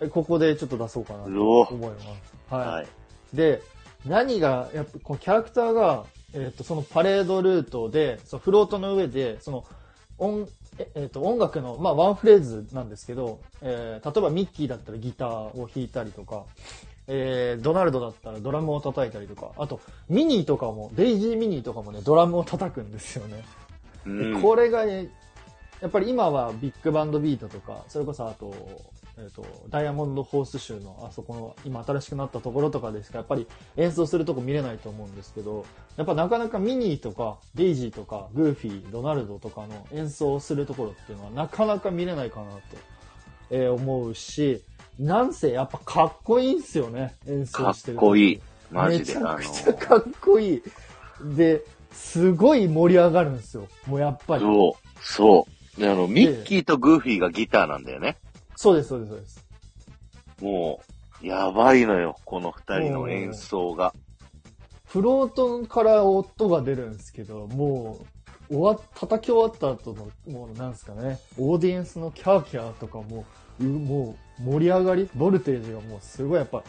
Speaker 2: えここでちょっと出そうかな
Speaker 1: う
Speaker 2: と
Speaker 1: お
Speaker 2: 思います。
Speaker 1: は。
Speaker 2: はいい。で、何が、やっぱこのキャラクターが、えっ、と、そのパレードルートで、そのフロートの上で、その、音、ええっと音楽の、まあ、ワンフレーズなんですけど、えー例えばミッキーだったらギターを弾いたりとか、えードナルドだったらドラムを叩いたりとか、あと、ミニーとかも、デイジーミニーとかもね、ドラムを叩くんですよね。
Speaker 1: う
Speaker 2: で
Speaker 1: ん。
Speaker 2: これがね、やっぱり今はビッグバンドビートとか、それこそあと、えっ、と、ダイヤモンドホース州のあそこの今新しくなったところとかでしかやっぱり演奏するとこ見れないと思うんですけど、やっぱなかなかミニーとかデイジーとかグーフィー、ドナルドとかの演奏するところっていうのはなかなか見れないかなと、えー思うし、なんせやっぱかっこいいんすよね、演
Speaker 1: か
Speaker 2: 奏
Speaker 1: っ
Speaker 2: してると
Speaker 1: こいい。マジ
Speaker 2: め
Speaker 1: で。
Speaker 2: ち
Speaker 1: あ
Speaker 2: ゃ
Speaker 1: の
Speaker 2: くちゃかっこいい。で、すごい盛り上がるんですよ。もうやっぱり。
Speaker 1: そう。そう。で、あの、ミッキーとグーフィーがギターなんだよね。
Speaker 2: そうです、そうです、そうです。
Speaker 1: もう、やばいのよ。この二人の演奏が。
Speaker 2: フロートから音が出るんですけど、もう、終わっ、叩き終わった後の、もうなんですかね、オーディエンスのキャーキャーとかも、うもう、盛り上がり、ボルテージがもうすごいやっぱ、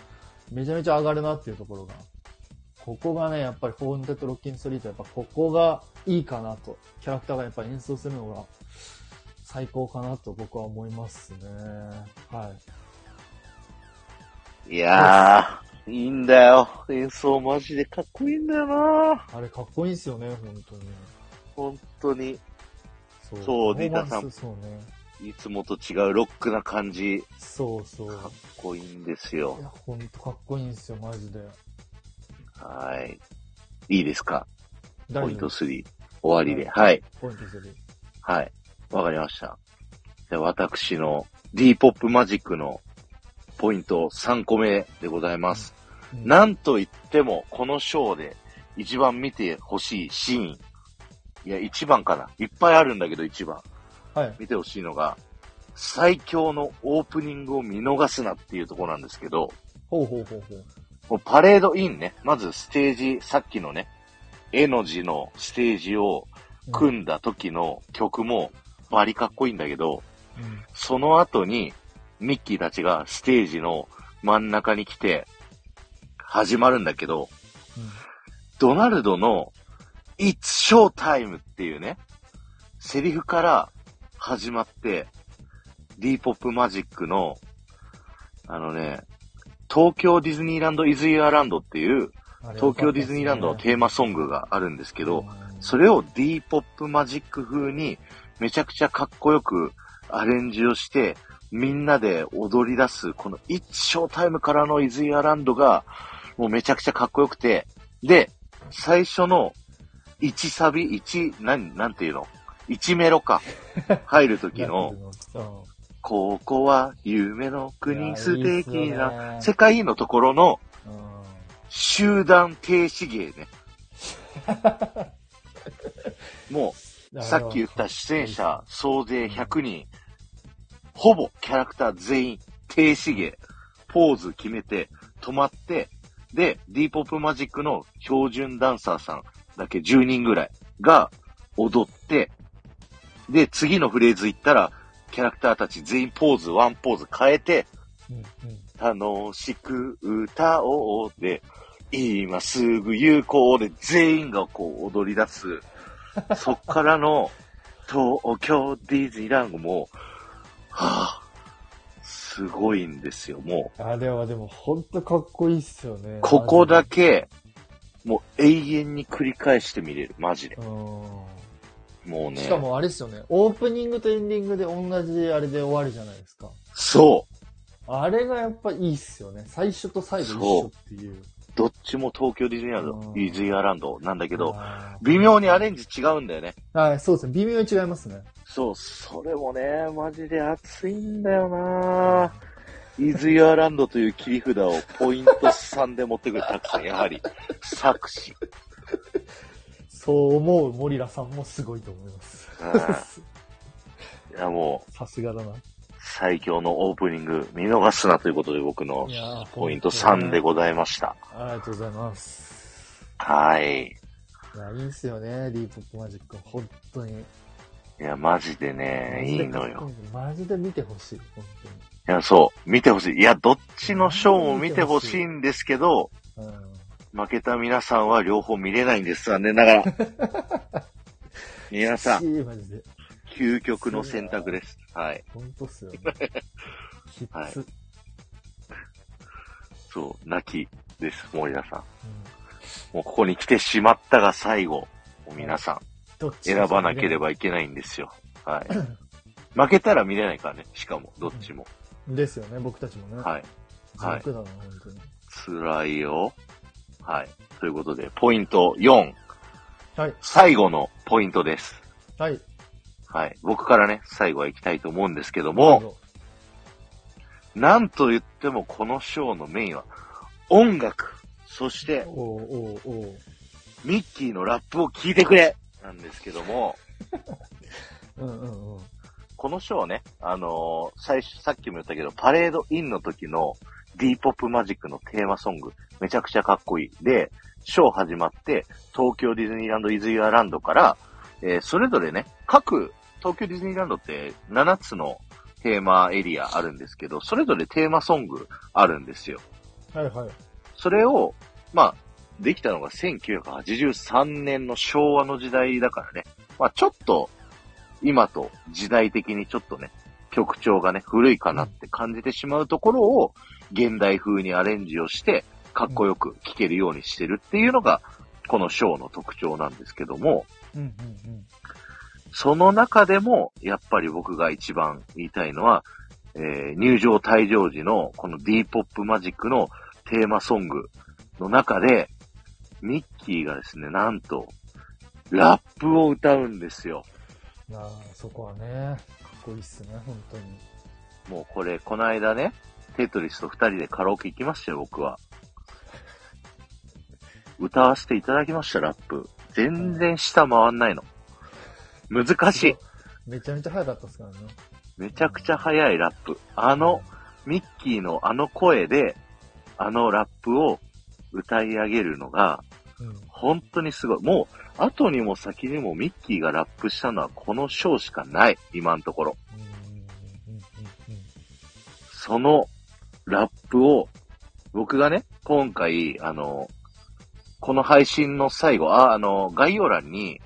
Speaker 2: めちゃめちゃ上がるなっていうところが、ここがね、やっぱりホーンテッドロッキンストリート、やっぱここがいいかなと、キャラクターがやっぱ演奏するのが、最高かなと僕は思いますね。はい。
Speaker 1: いやー、いいんだよ。演奏マジでかっこいいんだよな
Speaker 2: あれかっこいいですよね、本当に。
Speaker 1: 本当に。
Speaker 2: そう
Speaker 1: そう
Speaker 2: デ
Speaker 1: デ
Speaker 2: ィ
Speaker 1: ィタさん
Speaker 2: そうね。
Speaker 1: いつもと違うロックな感じ。
Speaker 2: そうそう。
Speaker 1: かっこいいんです
Speaker 2: い
Speaker 1: よ。
Speaker 2: や、ほんとかっこいいんですよ、マジで。
Speaker 1: はい。いいですかポイント
Speaker 2: す
Speaker 1: 3。終わりで。はい。
Speaker 2: ポイントする。
Speaker 1: はい。わかりました。で私の D ポップマジックのポイント3個目でございます。
Speaker 2: うん
Speaker 1: なんと言っても、このショーで一番見てほしいシーン。いや、一番かな。いっぱいあるんだけど、一番。
Speaker 2: はい。
Speaker 1: 見てほしいのが、最強のオープニングを見逃すなっていうところなんですけど、
Speaker 2: ほうほうほうほう。
Speaker 1: もうパレードインね。まずステージ、さっきのね、絵の字のステージを組んだ時の曲もバリかっこいいんだけど、
Speaker 2: うん
Speaker 1: その後に、ミッキーたちがステージの真ん中に来て、始まるんだけど、ドナルドの It's Showtime っていうね、セリフから始まって、D-POP Magic の、あのね、東京ディズニーランド Is Your Land っていう、東京ディズニーランドのテーマソングがあるんですけど、それを D-POP マジック風にめちゃくちゃかっこよくアレンジをして、みんなで踊り出す、この It's Showtime からのイズイアランドが、もうめちゃくちゃかっこよくて、で、最初の1サビ、1、なん、なんていうの ?1 メロか。入る時 の、
Speaker 2: の、
Speaker 1: ここは夢の国素敵な、
Speaker 2: な
Speaker 1: 世界のところの集団停止芸ね。もう、さっき言った出演者総勢100人、ほぼキャラクター全員、停止芸、ポーズ決めて、止まって、で、D-POP マジックの標準ダンサーさんだけ10人ぐらいが踊って、で、次のフレーズ行ったら、キャラクターたち全員ポーズ、ワンポーズ変えて、
Speaker 2: うんうん
Speaker 1: 楽しく歌おうで、今すぐ有効で全員がこう踊り出 す。そっからの東京ディズニーランドも、はぁ、すごいんですよ。もう、
Speaker 2: あれはでも本当かっこいいっすよね。
Speaker 1: ここだけ、
Speaker 2: け。
Speaker 1: もう永遠に繰り返して見れる。マジで。
Speaker 2: うん
Speaker 1: もうね
Speaker 2: し。かもあれっすよね。オープニングとエンディングで同じあれで終わるじゃないですか。
Speaker 1: そう。
Speaker 2: あれがやっぱいいっすよね。最初と最後一緒っていう。
Speaker 1: どっちも東京ディズニーランド、
Speaker 2: うん
Speaker 1: ディズニーランドなんだけど、
Speaker 2: あー
Speaker 1: 微妙にアレンジ違うんだよね。
Speaker 2: はい、そうですね。微妙に違いますね。
Speaker 1: そう、それもね、マジで熱いんだよなイズヤーランドという切り札をポイント3で持ってくるたくさん、やはり、作詞。
Speaker 2: そう思うモリラさんもすごいと思います。
Speaker 1: ういや、もう、
Speaker 2: さすがだな。
Speaker 1: 最強のオープニング、見逃すなということで僕の
Speaker 2: いやー
Speaker 1: ポイント3でございました。
Speaker 2: ありがとうございます。
Speaker 1: はい。
Speaker 2: いや、いいっすよね、ディープポップマジック。本当に。
Speaker 1: いや、マジでね、いいのよ。。
Speaker 2: マジで見てほしい、本
Speaker 1: いや、そう、見てほしい。いや、どっちのショーも見てほしいんですけど、
Speaker 2: 当に。うん。
Speaker 1: 負けた皆さんは両方見れないんです、残念ながら。皆さん、
Speaker 2: 嬉しいマジで。
Speaker 1: 究極の選択です。はい。
Speaker 2: 本当っす よね。きつ、
Speaker 1: はい
Speaker 2: うん
Speaker 1: そう、泣きです、森田さん。もうここに来てしまったが最後、もう皆さん、
Speaker 2: どっち
Speaker 1: 選ばなけれ
Speaker 2: ば。
Speaker 1: ばいけないんですよ。はい。負けたら見れないからね、しかも、どっちも。
Speaker 2: ですよね、僕たちもね。
Speaker 1: はい。
Speaker 2: 地獄だな、本当に。
Speaker 1: 辛いよ。はい。ということで、ポイント4、
Speaker 2: はい。
Speaker 1: 最後のポイントです。
Speaker 2: はい。
Speaker 1: はい。僕からね、最後は行きたいと思うんですけども、なんと言ってもこのショーのメインは、音楽、そして、
Speaker 2: おおおうおう
Speaker 1: ミッキーのラップを聞いてくれなんですけども、
Speaker 2: うんうんうん。
Speaker 1: このショーね、あのー最初、さっきも言ったけど、パレードインの時の D-POP マジックのテーマソング、めちゃくちゃかっこいい。で、ショー始まって、東京ディズニーランド、イズ・ユア・ランドから、えーそれぞれね、各、東京ディズニーランドって7つのテーマエリアあるんですけど、それぞれテーマソングあるんですよ。
Speaker 2: はいはい。
Speaker 1: それを、まあ、できたのが1983年の昭和の時代だからね。まあ、ちょっと、今と時代的にちょっとね、曲調がね、古いかなって感じてしまうところを、現代風にアレンジをして、かっこよく聴けるようにしてるっていうのが、このショーの特徴なんですけども、
Speaker 2: うんうんうん。
Speaker 1: その中でも、やっぱり僕が一番言いたいのは、えー入場退場時のこの D-POP マジックのテーマソングの中で、ミッキーがですね、なんと、ラップを歌うんですよ。
Speaker 2: いやーそこはね、かっこいいっすね、本当に。
Speaker 1: もうこれ、この間ね、テトリスと二人でカラオケ行きましたよ、僕は。歌わせていただきました、ラップ。全然下回んないの。難しい。
Speaker 2: めちゃめちゃ早かったっすからね。
Speaker 1: めちゃくちゃ速いラップ。あの、ミッキーのあの声で、あのラップを歌い上げるのが、
Speaker 2: うん。
Speaker 1: 本当にすごい。もう、後にも先にもミッキーがラップしたのはこの章しかない、今のところ。
Speaker 2: うんうん
Speaker 1: そのラップを、僕がね、今回、あの、この配信の最後、あ、あの、概要欄に、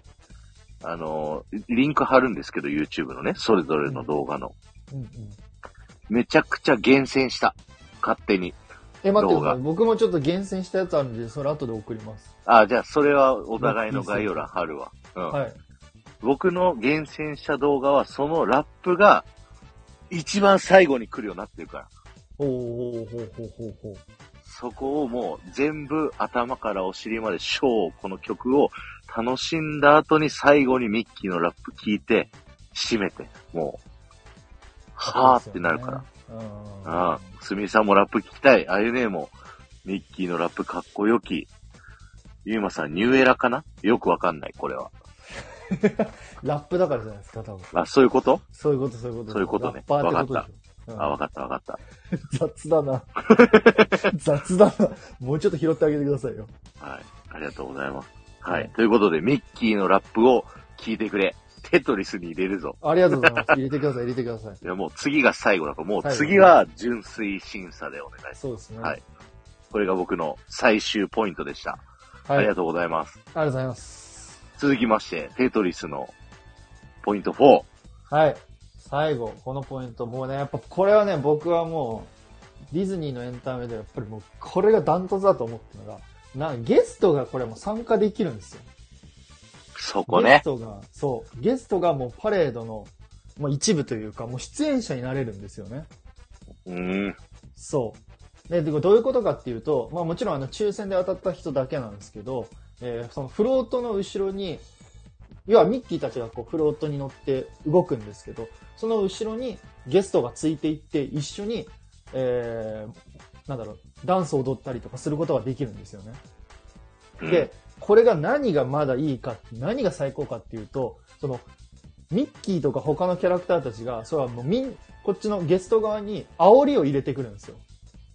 Speaker 1: あの、リンク貼るんですけど、YouTube のね、それぞれの動画の。
Speaker 2: うんうんうんうん
Speaker 1: めちゃくちゃ厳選した。勝手に。
Speaker 2: え、待って
Speaker 1: 動
Speaker 2: くだ
Speaker 1: 画
Speaker 2: さい。僕もちょっと厳選したやつあるんで、それ後で送ります。
Speaker 1: あ、じゃあ、それはお互いの概要欄貼るわ。うん。
Speaker 2: はい。
Speaker 1: 僕の厳選した動画は、そのラップが、一番最後に来るようになってるから。
Speaker 2: ほうほうほうほうほうほう。
Speaker 1: そこをもう全部頭からお尻までショーをこの曲を楽しんだ後に最後にミッキーのラップ聞いて、締めて、もう、はーってなるから。
Speaker 2: うん。
Speaker 1: ああ、すみさんもラップ聞きたい。あゆねえも、ミッキーのラップかっこよき。ゆうまさん、ニューエラかなよくわかんない、これは。
Speaker 2: ラップだからじゃないですか、多分。
Speaker 1: あ、そういうこと
Speaker 2: そういうこと、そういうこと。
Speaker 1: そういうことね
Speaker 2: ラッパーってことでしょ。
Speaker 1: あ、わか
Speaker 2: か
Speaker 1: ったわかった。
Speaker 2: った。雑 だな。雑だな。もうちょっと拾ってあげてくださいよ。
Speaker 1: はい。ありがとうございます。は
Speaker 2: はいい。
Speaker 1: ということで、ミッキーのラップを聞いてくれ。テトリスに入れるぞ。
Speaker 2: ありがとうございます。入れてください、入れてください。
Speaker 1: いや、もう次が最後だから、もう
Speaker 2: 最後
Speaker 1: 次は純粋審査でお願いします。
Speaker 2: そうですね。
Speaker 1: はいこれが僕の最終ポイントでした。
Speaker 2: はい。
Speaker 1: あ
Speaker 2: あ
Speaker 1: り
Speaker 2: り
Speaker 1: が
Speaker 2: が
Speaker 1: とうございます。
Speaker 2: とうございます。
Speaker 1: 続きまして、テトリスのポイント4。
Speaker 2: はい。最後、このポイント、もうね、やっぱこれはね、僕はもう、ディズニーのエンタメで、やっぱりもう、これがダントツだと思ってるのが、な、ゲストがこれもう参加できるんですよ。
Speaker 1: そこ
Speaker 2: ゲ
Speaker 1: ね
Speaker 2: ス。トが、そう、ゲストがもうパレードの、まあ、一部というか、もう出演者になれるんですよね。
Speaker 1: うーん。
Speaker 2: そう。で、でどういうことかっていうと、まあもちろんあの抽選で当たった人だけなんですけど、えーそのフロートの後ろに、要はミッキーたちがこうフロートに乗って動くんですけど、その後ろにゲストがついていって一緒に、えーなんだろう、ダンスを踊ったりとかすることができるんですよね。
Speaker 1: うん
Speaker 2: で、これが何がまだいいか、何が最高かっていうと、その、ミッキーとか他のキャラクターたちが、それはもうみん、こっちのゲスト側に煽りを入れてくるんですよ。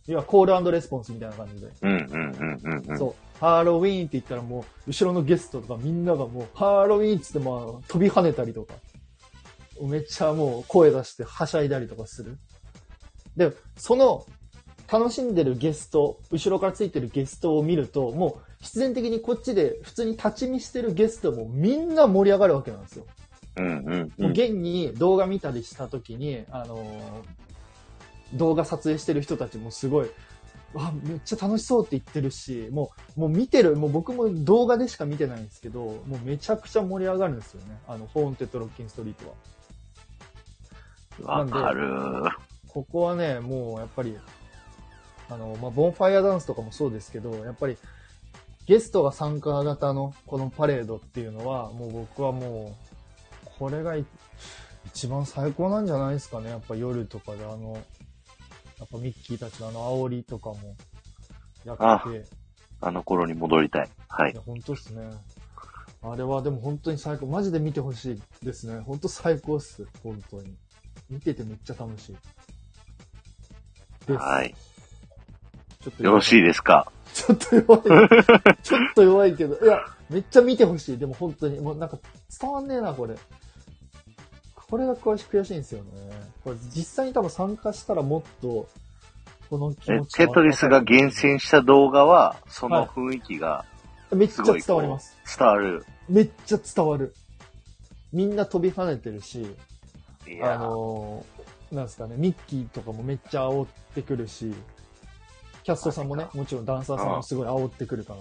Speaker 2: 要はコールレスポンスみたいな感じで。
Speaker 1: うんうんうんうんうん。
Speaker 2: そう。ハロウィーンって言ったらもう、後ろのゲストとかみんながもう、ハロウィーンって言ってもう飛び跳ねたりとか、めっちゃもう声出してはしゃいだりとかする。で、その、楽しんでるゲスト、後ろからついてるゲストを見ると、もう必然的にこっちで普通に立ち見してるゲストもみんな盛り上がるわけなんですよ。
Speaker 1: うんうんう。
Speaker 2: もうん現に動画見たりした時に、あのー動画撮影してる人たちもすごい、わ、めっちゃ楽しそうって言ってるし、もう、もう見てる、もう僕も動画でしか見てないんですけど、もうめちゃくちゃ盛り上がるんですよね。あの、ホーンテッドロッキンストリートは。
Speaker 1: わかる。
Speaker 2: ここはね、もうやっぱり、あの、まあ、ボンファイアダンスとかもそうですけど、やっぱり、ゲストが参加型のこのパレードっていうのは、もう僕はもう、これがい一番最高なんじゃないですかね。やっぱ夜とかであの、やっぱミッキーたちのあの煽りとかもや
Speaker 1: あ
Speaker 2: ってて、
Speaker 1: あの頃に戻りたい。はい
Speaker 2: い。や、本当っすね。あれはでも本当に最高。マジで見てほしいですね。本当最高っす。本当に。見ててめっちゃ楽しい。です。
Speaker 1: はい。
Speaker 2: ちょっと
Speaker 1: よろしいですか
Speaker 2: ちょっと弱い。 ちょっと弱いけど。いや、めっちゃ見てほしい。でも本当に。もうなんか伝わんねえな、これ。これが詳し悔しいんですよね。これ実際に多分参加したらもっと、この気
Speaker 1: え
Speaker 2: 持ち
Speaker 1: テトリスが厳選した動画は、その雰囲気が
Speaker 2: めっち
Speaker 1: す
Speaker 2: ゃ
Speaker 1: ごい
Speaker 2: 伝
Speaker 1: こう
Speaker 2: わります。
Speaker 1: 伝わる。
Speaker 2: めっちゃ伝わる。みんな飛び跳ねてるし、
Speaker 1: い
Speaker 2: あ
Speaker 1: やー
Speaker 2: のーなんですかね、ミッキーとかもめっちゃ煽ってくるし、キャストさんもね
Speaker 1: マジ、
Speaker 2: もちろんダンサーさんもすごい煽ってくるか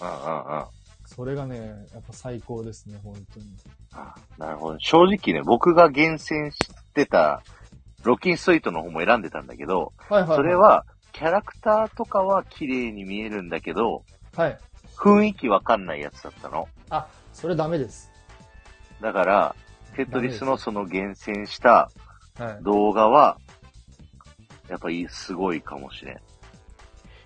Speaker 2: ら、
Speaker 1: うんうんうん。
Speaker 2: それがね、やっぱ最高ですね、本当に。
Speaker 1: あなるほど。正直ね、僕が厳選してた、ロッキンストリートの方も選んでたんだけど、
Speaker 2: はいはい、はい。
Speaker 1: それ、は、キャラクターとかは綺麗に見えるんだけど、
Speaker 2: はい。
Speaker 1: 雰囲気わかんないやつだったの。
Speaker 2: あ、それダメです。
Speaker 1: だから、テトリスのその厳選した
Speaker 2: はい。
Speaker 1: 動画は、やっぱりすごいかもしれん。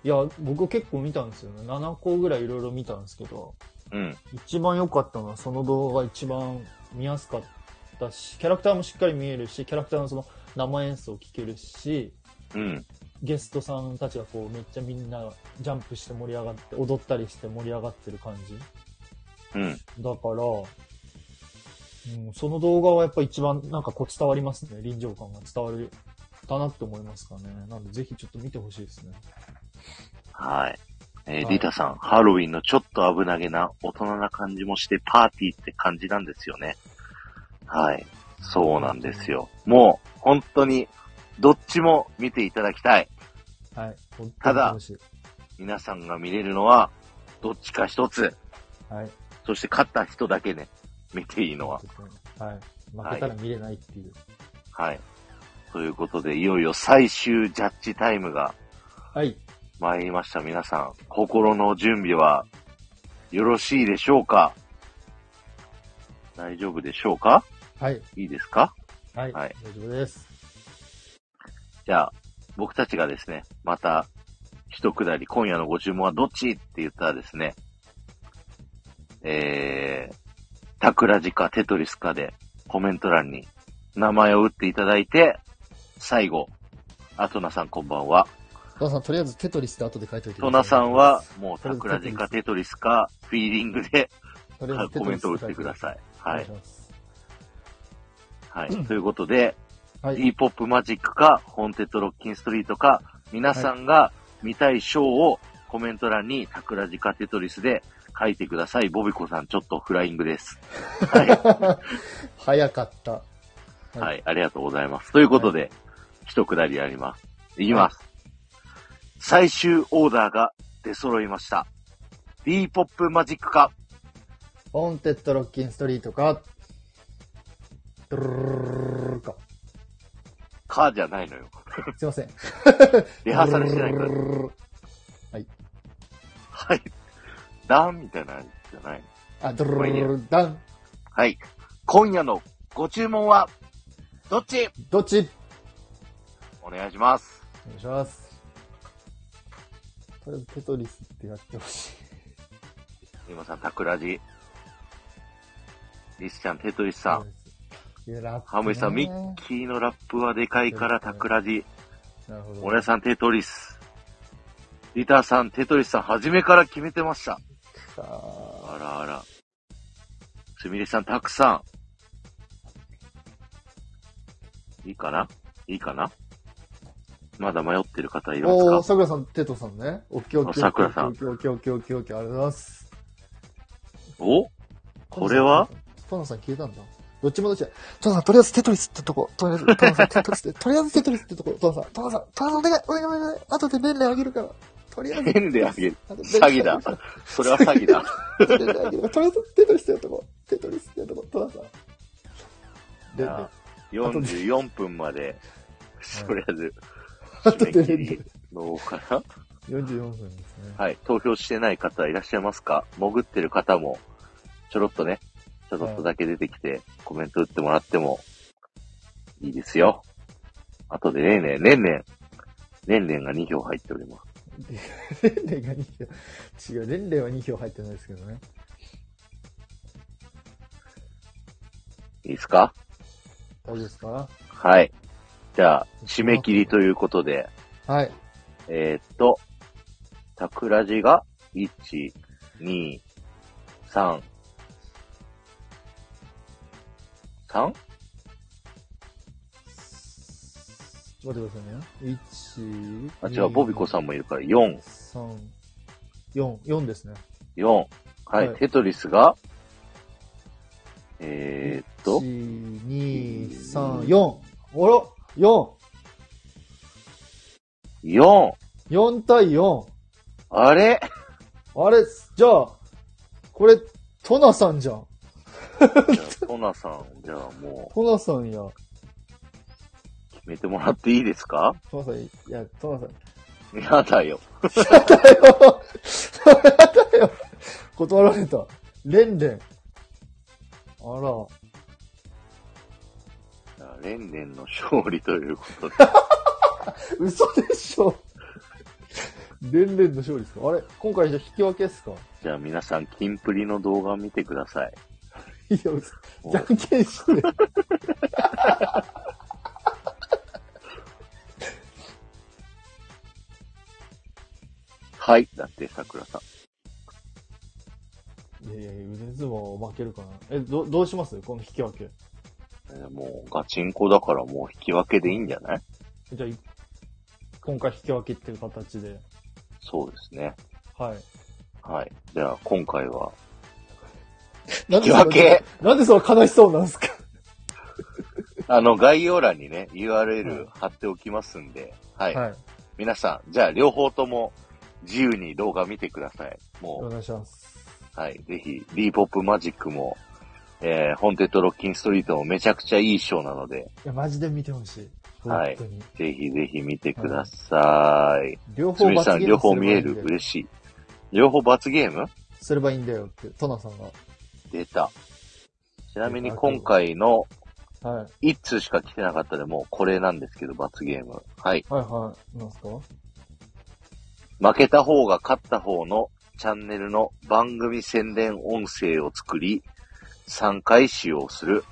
Speaker 2: いや、僕結構見たんですよね。7個ぐらいいろいろ見たんですけど、
Speaker 1: うん。
Speaker 2: 一番良かったのはその動画が一番見やすかったし、キャラクターもしっかり見えるし、キャラクターのその生演奏を聴けるし、
Speaker 1: うん。
Speaker 2: ゲストさんたちがこうめっちゃみんなジャンプして盛り上がって、踊ったりして盛り上がってる感じ。
Speaker 1: うん。
Speaker 2: だから、うん、その動画はやっぱ一番なんかこう伝わりますね。臨場感が伝わる。だなって思いますかね。なんでぜひちょっと見てほしいですね。
Speaker 1: はい。えー
Speaker 2: はい
Speaker 1: リータさん、ハロウィンのちょっと危なげな大人な感じもして、パーティーって感じなんですよね。はい。そうなんですよ。もう、本当に、どっちも見ていただきたい。
Speaker 2: はい。本当
Speaker 1: た
Speaker 2: に
Speaker 1: だ
Speaker 2: 楽しい
Speaker 1: 皆さんが見れるのは、どっちか一つ。
Speaker 2: はい。
Speaker 1: そして勝った人だけね、見ていいのは。
Speaker 2: はい。負けたら見れないっていう。
Speaker 1: はい。ということで、いよいよ最終ジャッジタイムが
Speaker 2: はい。
Speaker 1: 参りました。皆さん、心の準備はよろしいでしょうか大丈夫でしょうか
Speaker 2: はい。
Speaker 1: いいですか
Speaker 2: はい。
Speaker 1: はい
Speaker 2: 大丈夫です。
Speaker 1: じゃあ、僕たちがですね、また、一くだり、今夜のご注文はどっちって言ったらですね、えー、タクラジかテトリスかでコメント欄に名前を打っていただいて、最後、アトナさんこんばんは。
Speaker 2: トナさん、とりあえずテトリスって後で書いておいてくださ
Speaker 1: ト
Speaker 2: い。
Speaker 1: ナさんは、もうタクラジかテトリスか、フィーリングで
Speaker 2: とりあえずテ
Speaker 1: コ
Speaker 2: ト
Speaker 1: メ
Speaker 2: リ
Speaker 1: ン
Speaker 2: ス
Speaker 1: トを打ってください。
Speaker 2: お
Speaker 1: は
Speaker 2: 願い
Speaker 1: い
Speaker 2: し。ます。
Speaker 1: はい。ということで、
Speaker 2: はい。
Speaker 1: e ポップマジックか、ホーンテッドロッキンストリートか、皆さんが見たいショーをコメント欄にタクラジカテトリスで書いてください。ボビコさん、ちょっとフライングです。 は
Speaker 2: 早かった。
Speaker 1: い。はい。ありがとうございます。ということで、一くだりやります。いきます。最終オーダーが出揃いました。e ポップマジックか、
Speaker 2: オンテッドロッキンストリートか、ドゥルルルルルか。
Speaker 1: かじゃないのよ。
Speaker 2: すいません。
Speaker 1: リハーサルしてないから
Speaker 2: ドゥ。ルルルルルル
Speaker 1: はい。だんみたいなやつじゃないの
Speaker 2: あ、ドゥルルルルルルダン。
Speaker 1: はい。今夜のご注文は、どっち
Speaker 2: どっち
Speaker 1: お願いします。
Speaker 2: お願いします。とりあえずテトリスってやってほしい。
Speaker 1: 今さん、タクラジ。リスちゃん、テトリスさん。
Speaker 2: いや、ラップね
Speaker 1: ハムイさん、ミッキーのラップはでかいからタクラジ。
Speaker 2: なるほど。
Speaker 1: モヤさん、テトリス。リターさん、テトリスさん、初めから決めてました。
Speaker 2: あ
Speaker 1: あらあら。すみれさん、たくさん。いいかないいかなまだ迷ってる方い
Speaker 2: ー
Speaker 1: ますか
Speaker 2: おー、桜さん、テトさんね。おっきおっきおっきおっ
Speaker 1: 桜
Speaker 2: き
Speaker 1: さん
Speaker 2: おっきおっきおっきおっきおっきありがとうございます。
Speaker 1: おこれは
Speaker 2: トナさん消えたんだ。どっちもどっちだ。トナさん、とりあえずテトリスってとこ。とりあえず、トナさん、テトリスって、とりあえずテトリスってとこ。トナさん、トナさん、トナさんお願い、お願い、お願い。後で便利あげるから。とりあえず。
Speaker 1: 変であげる。
Speaker 2: あと
Speaker 1: 詐欺 だ。それは詐欺だ。
Speaker 2: 便利 あげるからとりあえずテトリスってやっとこ。テトリスってやっとこ。トナさん。
Speaker 1: じ
Speaker 2: 便
Speaker 1: ゃあ
Speaker 2: 利。
Speaker 1: 44分まで、とりあえず、
Speaker 2: あとで
Speaker 1: 締め
Speaker 2: 便
Speaker 1: 切
Speaker 2: 利
Speaker 1: り。のかな
Speaker 2: 44分ですね。
Speaker 1: はい。投票してない方いらっしゃいますか潜ってる方も、ちょろっとね、ちょろっとだけ出てきて、コメント打ってもらっても、いいですよ。あとで、ね々ね々ねんねん、ねんねんが2票入っております。
Speaker 2: レンレンが2票。違う、レンレンは2票入ってないですけどね。
Speaker 1: いいですか
Speaker 2: 大丈夫ですか
Speaker 1: はい。じゃあ、締め切りということで、
Speaker 2: はい。
Speaker 1: えーっと、タクラジが、1、2、3、3?
Speaker 2: ちょっと待ってくださいね。
Speaker 1: あ、
Speaker 2: 1、
Speaker 1: 違う、ボビコさんもいるから、4、
Speaker 2: 3、4、4ですね。
Speaker 1: 4。はい、
Speaker 2: はい
Speaker 1: テトリスが、えーっと、
Speaker 2: 1、2、3、4。おろ !4!
Speaker 1: 4。
Speaker 2: 4対 4!
Speaker 1: あ れ
Speaker 2: あれじゃあ、これ、トナさんじゃん。
Speaker 1: じゃあトナさん、じゃあも
Speaker 2: トナさんや。
Speaker 1: う、決めてもらっていいです か
Speaker 2: トナさん、いや、トナさん。
Speaker 1: やだよ。
Speaker 2: だよだよ断られた。レンレン。あら。
Speaker 1: 連年の勝利という ことで。
Speaker 2: 嘘でしょ連々の勝利ですかあれ今回じゃあ引き分けですか
Speaker 1: じゃあ皆さん、キンプリの動画を見てください。
Speaker 2: いや、嘘じゃんけんして。
Speaker 1: はい。だって、桜さん。
Speaker 2: いやいや、腕相撲負けるかな。え、ど、どうしますこの引き分け。
Speaker 1: えーもう、ガチンコだからもう引き分けでいいんじゃない
Speaker 2: じゃあい、今回引き分けっていう形で。
Speaker 1: そうですね。
Speaker 2: はい。
Speaker 1: はい。じゃあ、今回は、
Speaker 2: 引
Speaker 1: き分け
Speaker 2: なんでその悲しそうなんですか
Speaker 1: あの、概要欄にね、URL 貼っておきますんで、はい。
Speaker 2: はい。
Speaker 1: 皆さん、じゃあ、両方とも、自由に動画見てください。もう
Speaker 2: お、願いします。
Speaker 1: はい。ぜひ、リーポップマジックも、えー、ホンテッドロッキンストリートもめちゃくちゃいいショーなので、
Speaker 2: いや、マジで見てほしい。
Speaker 1: はい
Speaker 2: 本当に。
Speaker 1: ぜひぜひ見てください。
Speaker 2: 両
Speaker 1: つ
Speaker 2: 方
Speaker 1: むじ
Speaker 2: 罰
Speaker 1: さん、
Speaker 2: ゲーム
Speaker 1: 両方見え
Speaker 2: すれば
Speaker 1: る。
Speaker 2: いいんだよ
Speaker 1: 嬉しい。両方罰ゲーム
Speaker 2: すればいいんだよって、トナさんが。
Speaker 1: 出た。ちなみに今回の
Speaker 2: はい。
Speaker 1: 1通しか来てなかったでもうこれなんですけど、罰ゲーム。はい。
Speaker 2: はいはい。なんすか
Speaker 1: 負けた方が勝った方のチャンネルの番組宣伝音声を作り、3回使用する。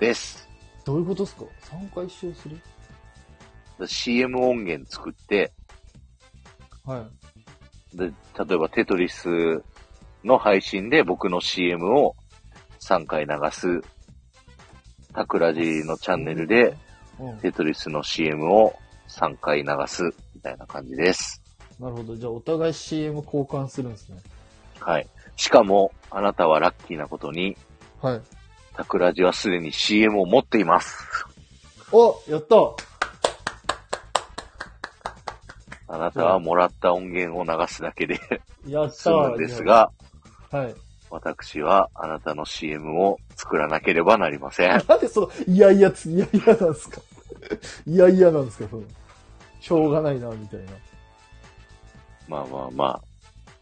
Speaker 1: です。
Speaker 2: どういうことですか ?3 回使用する
Speaker 1: CM 音源作って、
Speaker 2: はい。
Speaker 1: で、例えばテトリスの配信で僕の CM を3回流す。タクラジのチャンネルで、
Speaker 2: うん。
Speaker 1: テトリスの CM を3回流す、みたいな感じです。
Speaker 2: なるほど。じゃあ、お互い CM 交換するんですね。
Speaker 1: はい。しかも、あなたはラッキーなことに、
Speaker 2: はい。
Speaker 1: タクラジはすでに CM を持っています。
Speaker 2: おやった
Speaker 1: あなたはもらった音源を流すだけで
Speaker 2: やった
Speaker 1: 済むんです。が、
Speaker 2: はい。。
Speaker 1: 私はあなたの CM を作らなければなりません
Speaker 2: なんでその、いやいやつ、いやいやなんですか いやいやなんですかその、しょうがないな、みたいな。
Speaker 1: まあまあまあ、ま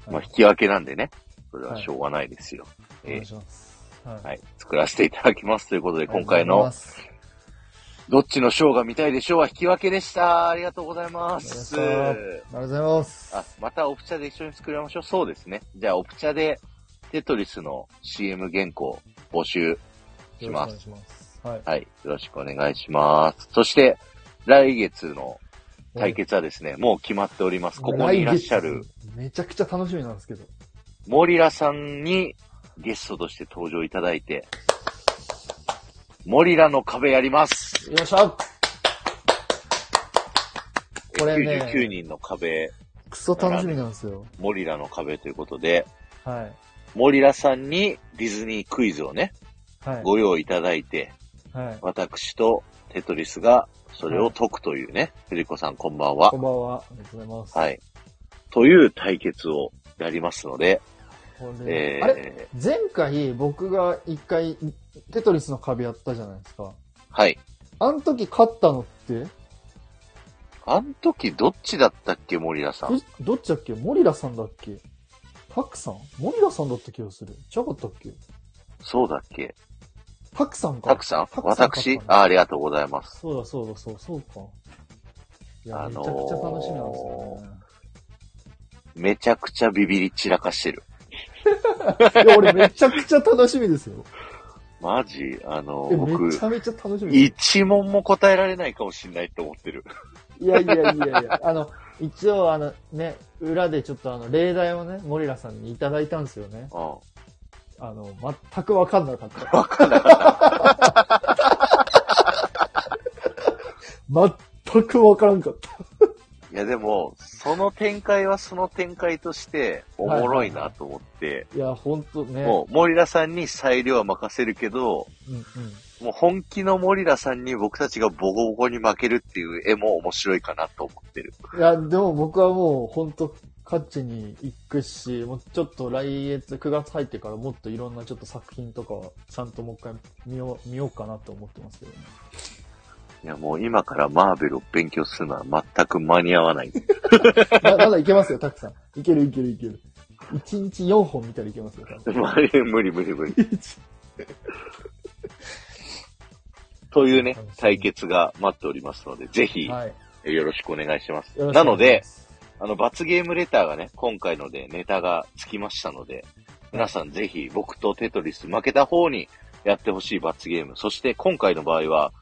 Speaker 1: あ
Speaker 2: はい
Speaker 1: 引き分けなんでね、それはしょうがないですよ。
Speaker 2: お願いします。はい
Speaker 1: はい。作らせていただきますということで、今回
Speaker 2: ありがとうございま
Speaker 1: の
Speaker 2: す
Speaker 1: どっちのショーが見たいでしょうは引き分けでした。ありがとうございます
Speaker 2: あ。りがとうございありがとうございます。
Speaker 1: あ、またオプチャで一緒に作りましょう。そうですね。じゃあ、オプチャでテトリスの CM 原稿募集。し
Speaker 2: よ
Speaker 1: ま
Speaker 2: ろ
Speaker 1: す
Speaker 2: しくお願いします。はい。
Speaker 1: はい。よろしくお願いします。そして、来月の対決はですね、もう決まっております。ここにいらっしゃる
Speaker 2: 来月。めちゃくちゃ楽しみなんですけど。
Speaker 1: モリラさんにゲストとして登場いただいて、モリラの壁やります。
Speaker 2: よっしゃこれね
Speaker 1: 99人の壁、
Speaker 2: クソ楽しみなんですよ。
Speaker 1: モリラの壁ということで、
Speaker 2: はい。
Speaker 1: モリラさんにディズニークイズをね、
Speaker 2: はい。
Speaker 1: ご用意いただいて、
Speaker 2: はい。
Speaker 1: 私とテトリスがそれを解くというね、フリコさんこんばんは
Speaker 2: こん。ばんは。ありがとうございます。
Speaker 1: はい。という対決をやりますので、
Speaker 2: これ
Speaker 1: え
Speaker 2: あれ
Speaker 1: ー、
Speaker 2: 前回僕が一回テトリスの壁やったじゃないですか。
Speaker 1: はい。
Speaker 2: あの時勝ったのって、
Speaker 1: あん時どっちだったっけ、モリラさん。
Speaker 2: ふどっちだっけモリラさんだっけタクさんモリラさんだった気がする。違かったっけ
Speaker 1: そうだっけ
Speaker 2: タクさんか。
Speaker 1: たくさん
Speaker 2: タクさんか
Speaker 1: 私あありがとうございます。
Speaker 2: そうだそうだそう、そうか。いや、
Speaker 1: あ
Speaker 2: めち
Speaker 1: の
Speaker 2: ゃ
Speaker 1: ー
Speaker 2: くちゃ楽しみなんですよね。
Speaker 1: めちゃくちゃビビり散らかしてる。
Speaker 2: いや、俺めちゃくちゃ楽しみですよ。
Speaker 1: マジあの、
Speaker 2: え
Speaker 1: 僕
Speaker 2: め、ちゃめちゃ楽しみです。
Speaker 1: 一問も答えられないかもしんないって思ってる。
Speaker 2: いやいやいやいや、あの、一応あのね、裏でちょっとあの、例題をね、モリラさんにいただいたんですよね。
Speaker 1: うん。
Speaker 2: あの、全くわかんなかった。
Speaker 1: わかんない。
Speaker 2: 全くわからんかった。
Speaker 1: いやでも、その展開はその展開として、おもろいなと思って、
Speaker 2: いや、ほんとね。
Speaker 1: もう、モリラさんに裁量は任せるけど、
Speaker 2: うんうん。
Speaker 1: もう本気のモリラさんに僕たちがボコボコに負けるっていう絵も面白いかなと思ってる。
Speaker 2: いや、でも僕はもうほんと、カッチに行くし、もうちょっと来月、9月入ってからもっといろんなちょっと作品とかは、ちゃんともう一回見よう、見ようかなと思ってますけどね。
Speaker 1: いやもう今からマーベルを勉強するのは全く間に合わ ない。
Speaker 2: ままだいけますよ、タクさん。いけるいけるいける。1日4本見たらいけ ますよ、多分
Speaker 1: 無理無理無理無理。というね
Speaker 2: 楽しみ、
Speaker 1: 対決が待っておりますので、ぜひ、
Speaker 2: はい。
Speaker 1: よろしくお願いします。
Speaker 2: よろしくお願いします
Speaker 1: なので、、あの、罰ゲームレターがね、今回のでネタがつきましたので、皆さんぜひ僕とテトリス負けた方にやってほしい罰ゲーム。そして今回の場合は、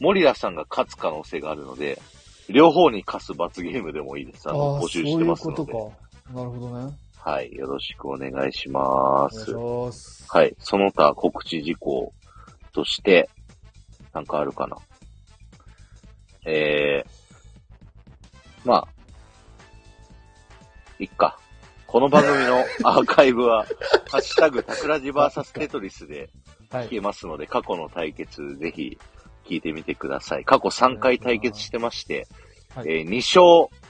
Speaker 1: モリラさんが勝つ可能性があるので、両方に課す罰ゲームでもいいです。あの、
Speaker 2: ー
Speaker 1: 募集してます
Speaker 2: そう
Speaker 1: の
Speaker 2: いうこ
Speaker 1: で。
Speaker 2: とか。なるほどね。
Speaker 1: はい、よろしくお願いしま
Speaker 2: お
Speaker 1: す。
Speaker 2: 願いします。
Speaker 1: はい。その他告知事項として、なんかあるかな。えー、まあ、いっか。この番組 のアーカイブは、ハッシュタグ、タクラジバーサステトリスで
Speaker 2: は
Speaker 1: 聞
Speaker 2: い。
Speaker 1: けますので、過去の対決、ぜひ聞いてみてください。過去3回対決してまして、
Speaker 2: はい
Speaker 1: えー2勝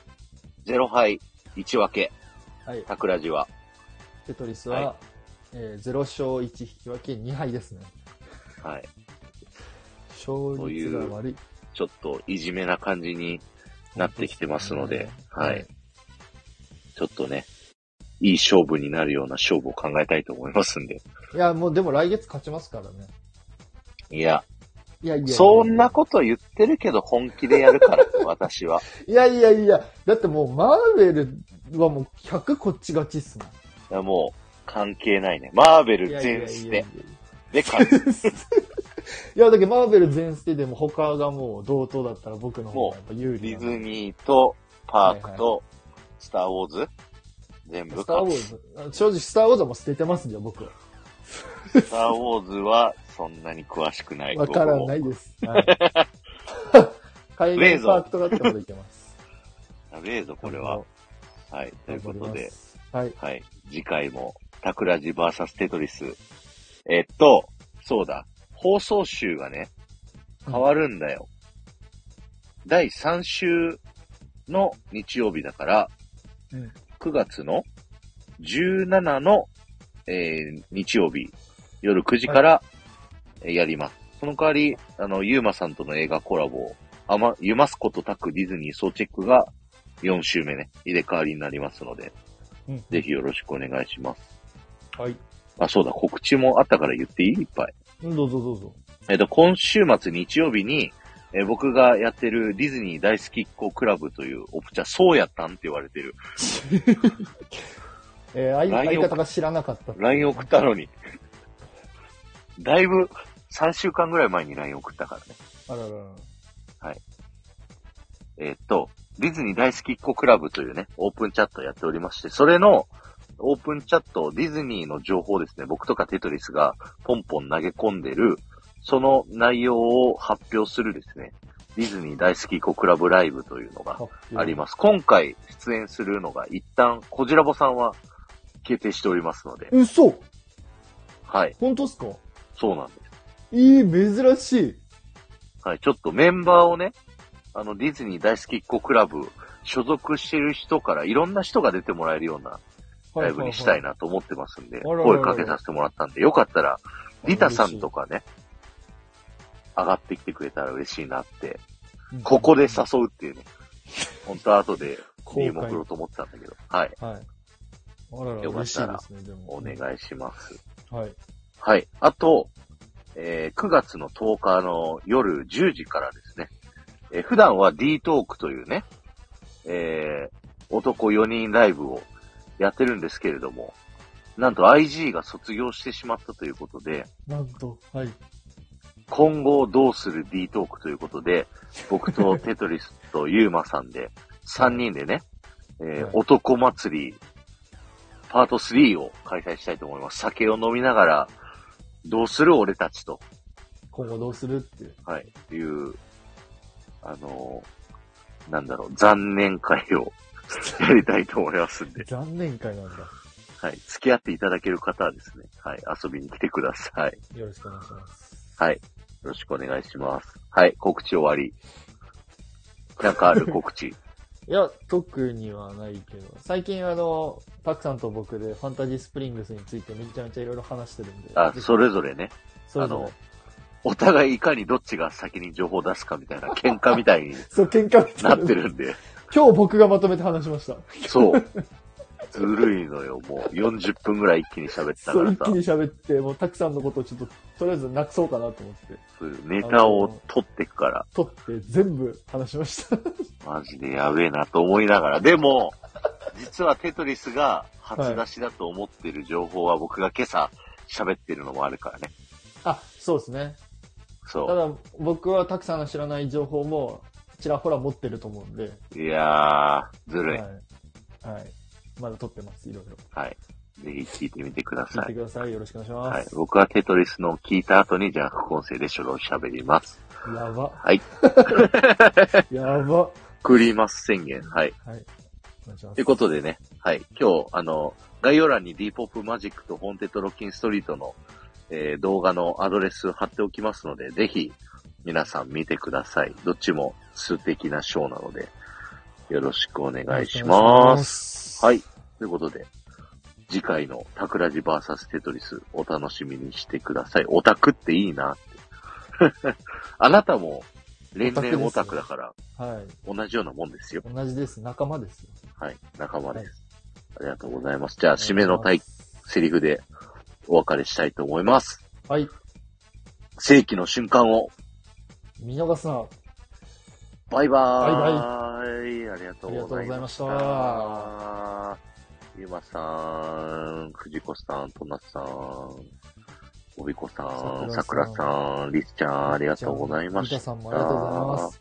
Speaker 1: 0敗1分け、
Speaker 2: はい。
Speaker 1: タクラジは。
Speaker 2: テトリスは、
Speaker 1: は
Speaker 2: えー、0勝1引き分け2敗ですね。
Speaker 1: はい。
Speaker 2: 勝率が悪い。
Speaker 1: ちょっといじめな感じになってきてますので、はい。。ちょっとね、いい勝負になるような勝負を考えたいと思いますんで。
Speaker 2: いや、もうでも来月勝ちますからね。
Speaker 1: いや、
Speaker 2: いやいやいやいや。
Speaker 1: そんなこと言ってるけど本気でやるから、私 は。
Speaker 2: いやいやいや、だってもうマーベルはもう100こっち勝ちっすもん。
Speaker 1: いやもう、関係ないね。マーベル
Speaker 2: いやいやいや
Speaker 1: 全
Speaker 2: い
Speaker 1: 捨
Speaker 2: やい
Speaker 1: て。で、勝つ。
Speaker 2: や、だけどマーベル全捨てでも他がもう同等だったら僕の方がやっぱ有利
Speaker 1: ディ
Speaker 2: な
Speaker 1: ズ
Speaker 2: の
Speaker 1: ニーと、パークと、スターウォーズ、全部
Speaker 2: スターウ
Speaker 1: 勝
Speaker 2: ォ
Speaker 1: つ。
Speaker 2: ーズ、正直スターウォーズはもう捨ててますじゃ僕は。
Speaker 1: スターウォーズは、そんなに詳しくない。
Speaker 2: わから
Speaker 1: 僕
Speaker 2: な
Speaker 1: も
Speaker 2: いです。はい。海
Speaker 1: レーゾ
Speaker 2: 外
Speaker 1: ン
Speaker 2: パークとかってまでいけます。
Speaker 1: やべえぞ、これは。。はい。ということで。。
Speaker 2: はい。
Speaker 1: はい。次回も、タクラジバーサステトリス。えっと、そうだ。放送週がね、変わるんだよ。第3週の日曜日だから、
Speaker 2: うん
Speaker 1: 9月の17の、えー日曜日、夜9時から、えーやります。その代わり、あの、ゆうまさんとの映画コラボ、あま、ゆますことタクディズニー総チェックが4週目ね、入れ替わりになりますので、
Speaker 2: うん
Speaker 1: ぜひよろしくお願いします。
Speaker 2: はい。
Speaker 1: あ、そうだ、告知もあったから言っていいいっぱい。
Speaker 2: うんどうぞどうぞ。
Speaker 1: えっと、今週末日曜日に、えー僕がやってるディズニー大好きっ子クラブというオプチャ、そうやったんって言われてる。
Speaker 2: えー、相
Speaker 1: LINE
Speaker 2: 相方が知らなかったっていう。
Speaker 1: LINE 送ったのに。だいぶ、3週間ぐらい前に LINE 送ったからね。
Speaker 2: あららら。
Speaker 1: えっと、ディズニー大好きっ子クラブというね、オープンチャットやっておりまして、それの、オープンチャット、ディズニーの情報ですね、僕とかテトリスがポンポン投げ込んでる、その内容を発表するですね、ディズニー大好きっ子クラブライブというのがあります。今回出演するのが一旦、こじらぼさんは決定しておりますので、
Speaker 2: す。嘘
Speaker 1: はい、
Speaker 2: 本当っすか
Speaker 1: そうなんです。
Speaker 2: えー、珍しい。
Speaker 1: はい、ちょっとメンバーをね、あの、ディズニー大好きっ子クラブ、所属してる人からいろんな人が出てもらえるようなライブにしたい
Speaker 2: な。
Speaker 1: なと思ってますんで、
Speaker 2: はいはいはい
Speaker 1: 声かけさせてもらったんで、よかったら、リタさんとかね、上がってきてくれたら嬉しいなって、
Speaker 2: うん、
Speaker 1: ここで誘うっていうね、本当は後で、
Speaker 2: 後
Speaker 1: リ
Speaker 2: 悔
Speaker 1: ー送ろうと思ってたんだけど、はい、
Speaker 2: はい。あらら、
Speaker 1: よか
Speaker 2: 嬉
Speaker 1: っ
Speaker 2: しい
Speaker 1: たら
Speaker 2: ですね、でも。
Speaker 1: お願いします。
Speaker 2: はい。
Speaker 1: はい。あと、えー9月の10日の夜10時からですね、えー普段は D トークというね、えー男4人ライブをやってるんですけれども、なんと IG が卒業してしまったということで、
Speaker 2: なんと、はい。
Speaker 1: 今後どうする D トークということで、僕 とテトリスとユーマさんで、3人でね、えー
Speaker 2: はい
Speaker 1: 男祭り、パート3を開催したいと思います。酒を飲みながら、どうする俺たちと。
Speaker 2: 今後どうするっていう。
Speaker 1: はい、っていう、あのーなんだろう、残念会を やりたいと思いますんで、
Speaker 2: 残念会なんだ。
Speaker 1: はい、付き合っていただける方はですね、はい、遊びに来てください。よ
Speaker 2: よろしくお願いします。
Speaker 1: ろしくお願いします。はい、告知終わり。なんかある告 知。
Speaker 2: いや、特にはないけど。最近、あの、たくさんと僕でファンタジースプリングスについてめちゃめちゃいろいろ話してるんで。
Speaker 1: あ、
Speaker 2: ぜひ
Speaker 1: それぞれね、
Speaker 2: それぞ
Speaker 1: あ
Speaker 2: れ
Speaker 1: の。お互いいかにどっちが先に情報を出すかみたいな喧嘩みたいに
Speaker 2: そう、喧嘩みた
Speaker 1: な
Speaker 2: い
Speaker 1: ってるんで、
Speaker 2: 今日僕がまとめて話しました。
Speaker 1: そう。うるいのよ、もう。40分ぐらい一気に喋ったか
Speaker 2: そう、
Speaker 1: ら
Speaker 2: 一気
Speaker 1: さ
Speaker 2: に、喋って、もうたくさんのことをちょっと、とりあえずなくそうかなと思って、
Speaker 1: そういうネタを取ってくから、
Speaker 2: 撮って全部話しました。
Speaker 1: マジでやべえなと思いながら。でも、実はテトリスが初出しだと思ってる情報は僕が今朝喋ってるのもあるからね。
Speaker 2: あ、そうですね。
Speaker 1: そう
Speaker 2: た。だ、僕はたくさんの知らない情報も、ちらほら持ってると思うんで、
Speaker 1: いやー、ず
Speaker 2: は
Speaker 1: る
Speaker 2: い
Speaker 1: い。。
Speaker 2: はい。まだ撮ってます、いろいろ。
Speaker 1: はい。ぜひ聞いてみてくだ
Speaker 2: 聞い
Speaker 1: さ
Speaker 2: て
Speaker 1: い。
Speaker 2: ください。よろしくお願いしま
Speaker 1: はい。
Speaker 2: す。
Speaker 1: 僕はテトリスのを聞いた後に、じゃあ副音声で書道を喋ります。
Speaker 2: やば。
Speaker 1: はい。
Speaker 2: やば。は
Speaker 1: クリマス宣言。はい。
Speaker 2: い。お願いしま
Speaker 1: とい
Speaker 2: す
Speaker 1: う。ことでね、はい。今日、あの、概要欄に d ポップマジックとホーンテッドロッキンストリートの、えー動画のアドレス貼っておきますので、ぜひ皆さん見てください。どっちも数的なショーなので、よろしくお願いします。
Speaker 2: す
Speaker 1: はい。。ということで、次回のタクラジ VS テトリス、お楽しみにしてください。オタクっていいなって。 あなたも、連年オ
Speaker 2: オ
Speaker 1: タ
Speaker 2: タ
Speaker 1: ク
Speaker 2: クです
Speaker 1: だか
Speaker 2: よ
Speaker 1: ら、
Speaker 2: はい。
Speaker 1: 同じようなもんですよ。
Speaker 2: 同じです。仲間ですよ。
Speaker 1: はい。仲間です。あ
Speaker 2: は
Speaker 1: りがとうございます。じゃあ、締めの対、セリフでお別れしたいと思います。
Speaker 2: はい。
Speaker 1: 世紀の瞬間を。
Speaker 2: 見逃すな。あ
Speaker 1: バイバーイ。
Speaker 2: バイ
Speaker 1: ありがとう
Speaker 2: りが
Speaker 1: ご
Speaker 2: と
Speaker 1: ざ
Speaker 2: うご
Speaker 1: い
Speaker 2: ざい
Speaker 1: ま
Speaker 2: ま
Speaker 1: し
Speaker 2: した。
Speaker 1: た。ゆまさん、藤子さん、となさん、おびこさん、さ
Speaker 2: さ
Speaker 1: く
Speaker 2: く
Speaker 1: ら
Speaker 2: ら
Speaker 1: さん、りつちゃん、ありがとうございました。
Speaker 2: リタさんもありがとうございます。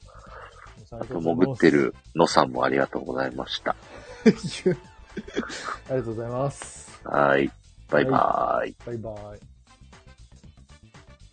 Speaker 1: あと、潜ってるのさんもありがとうございました。
Speaker 2: ありがとうございます。
Speaker 1: はい。バイバーイ。
Speaker 2: バイバイ。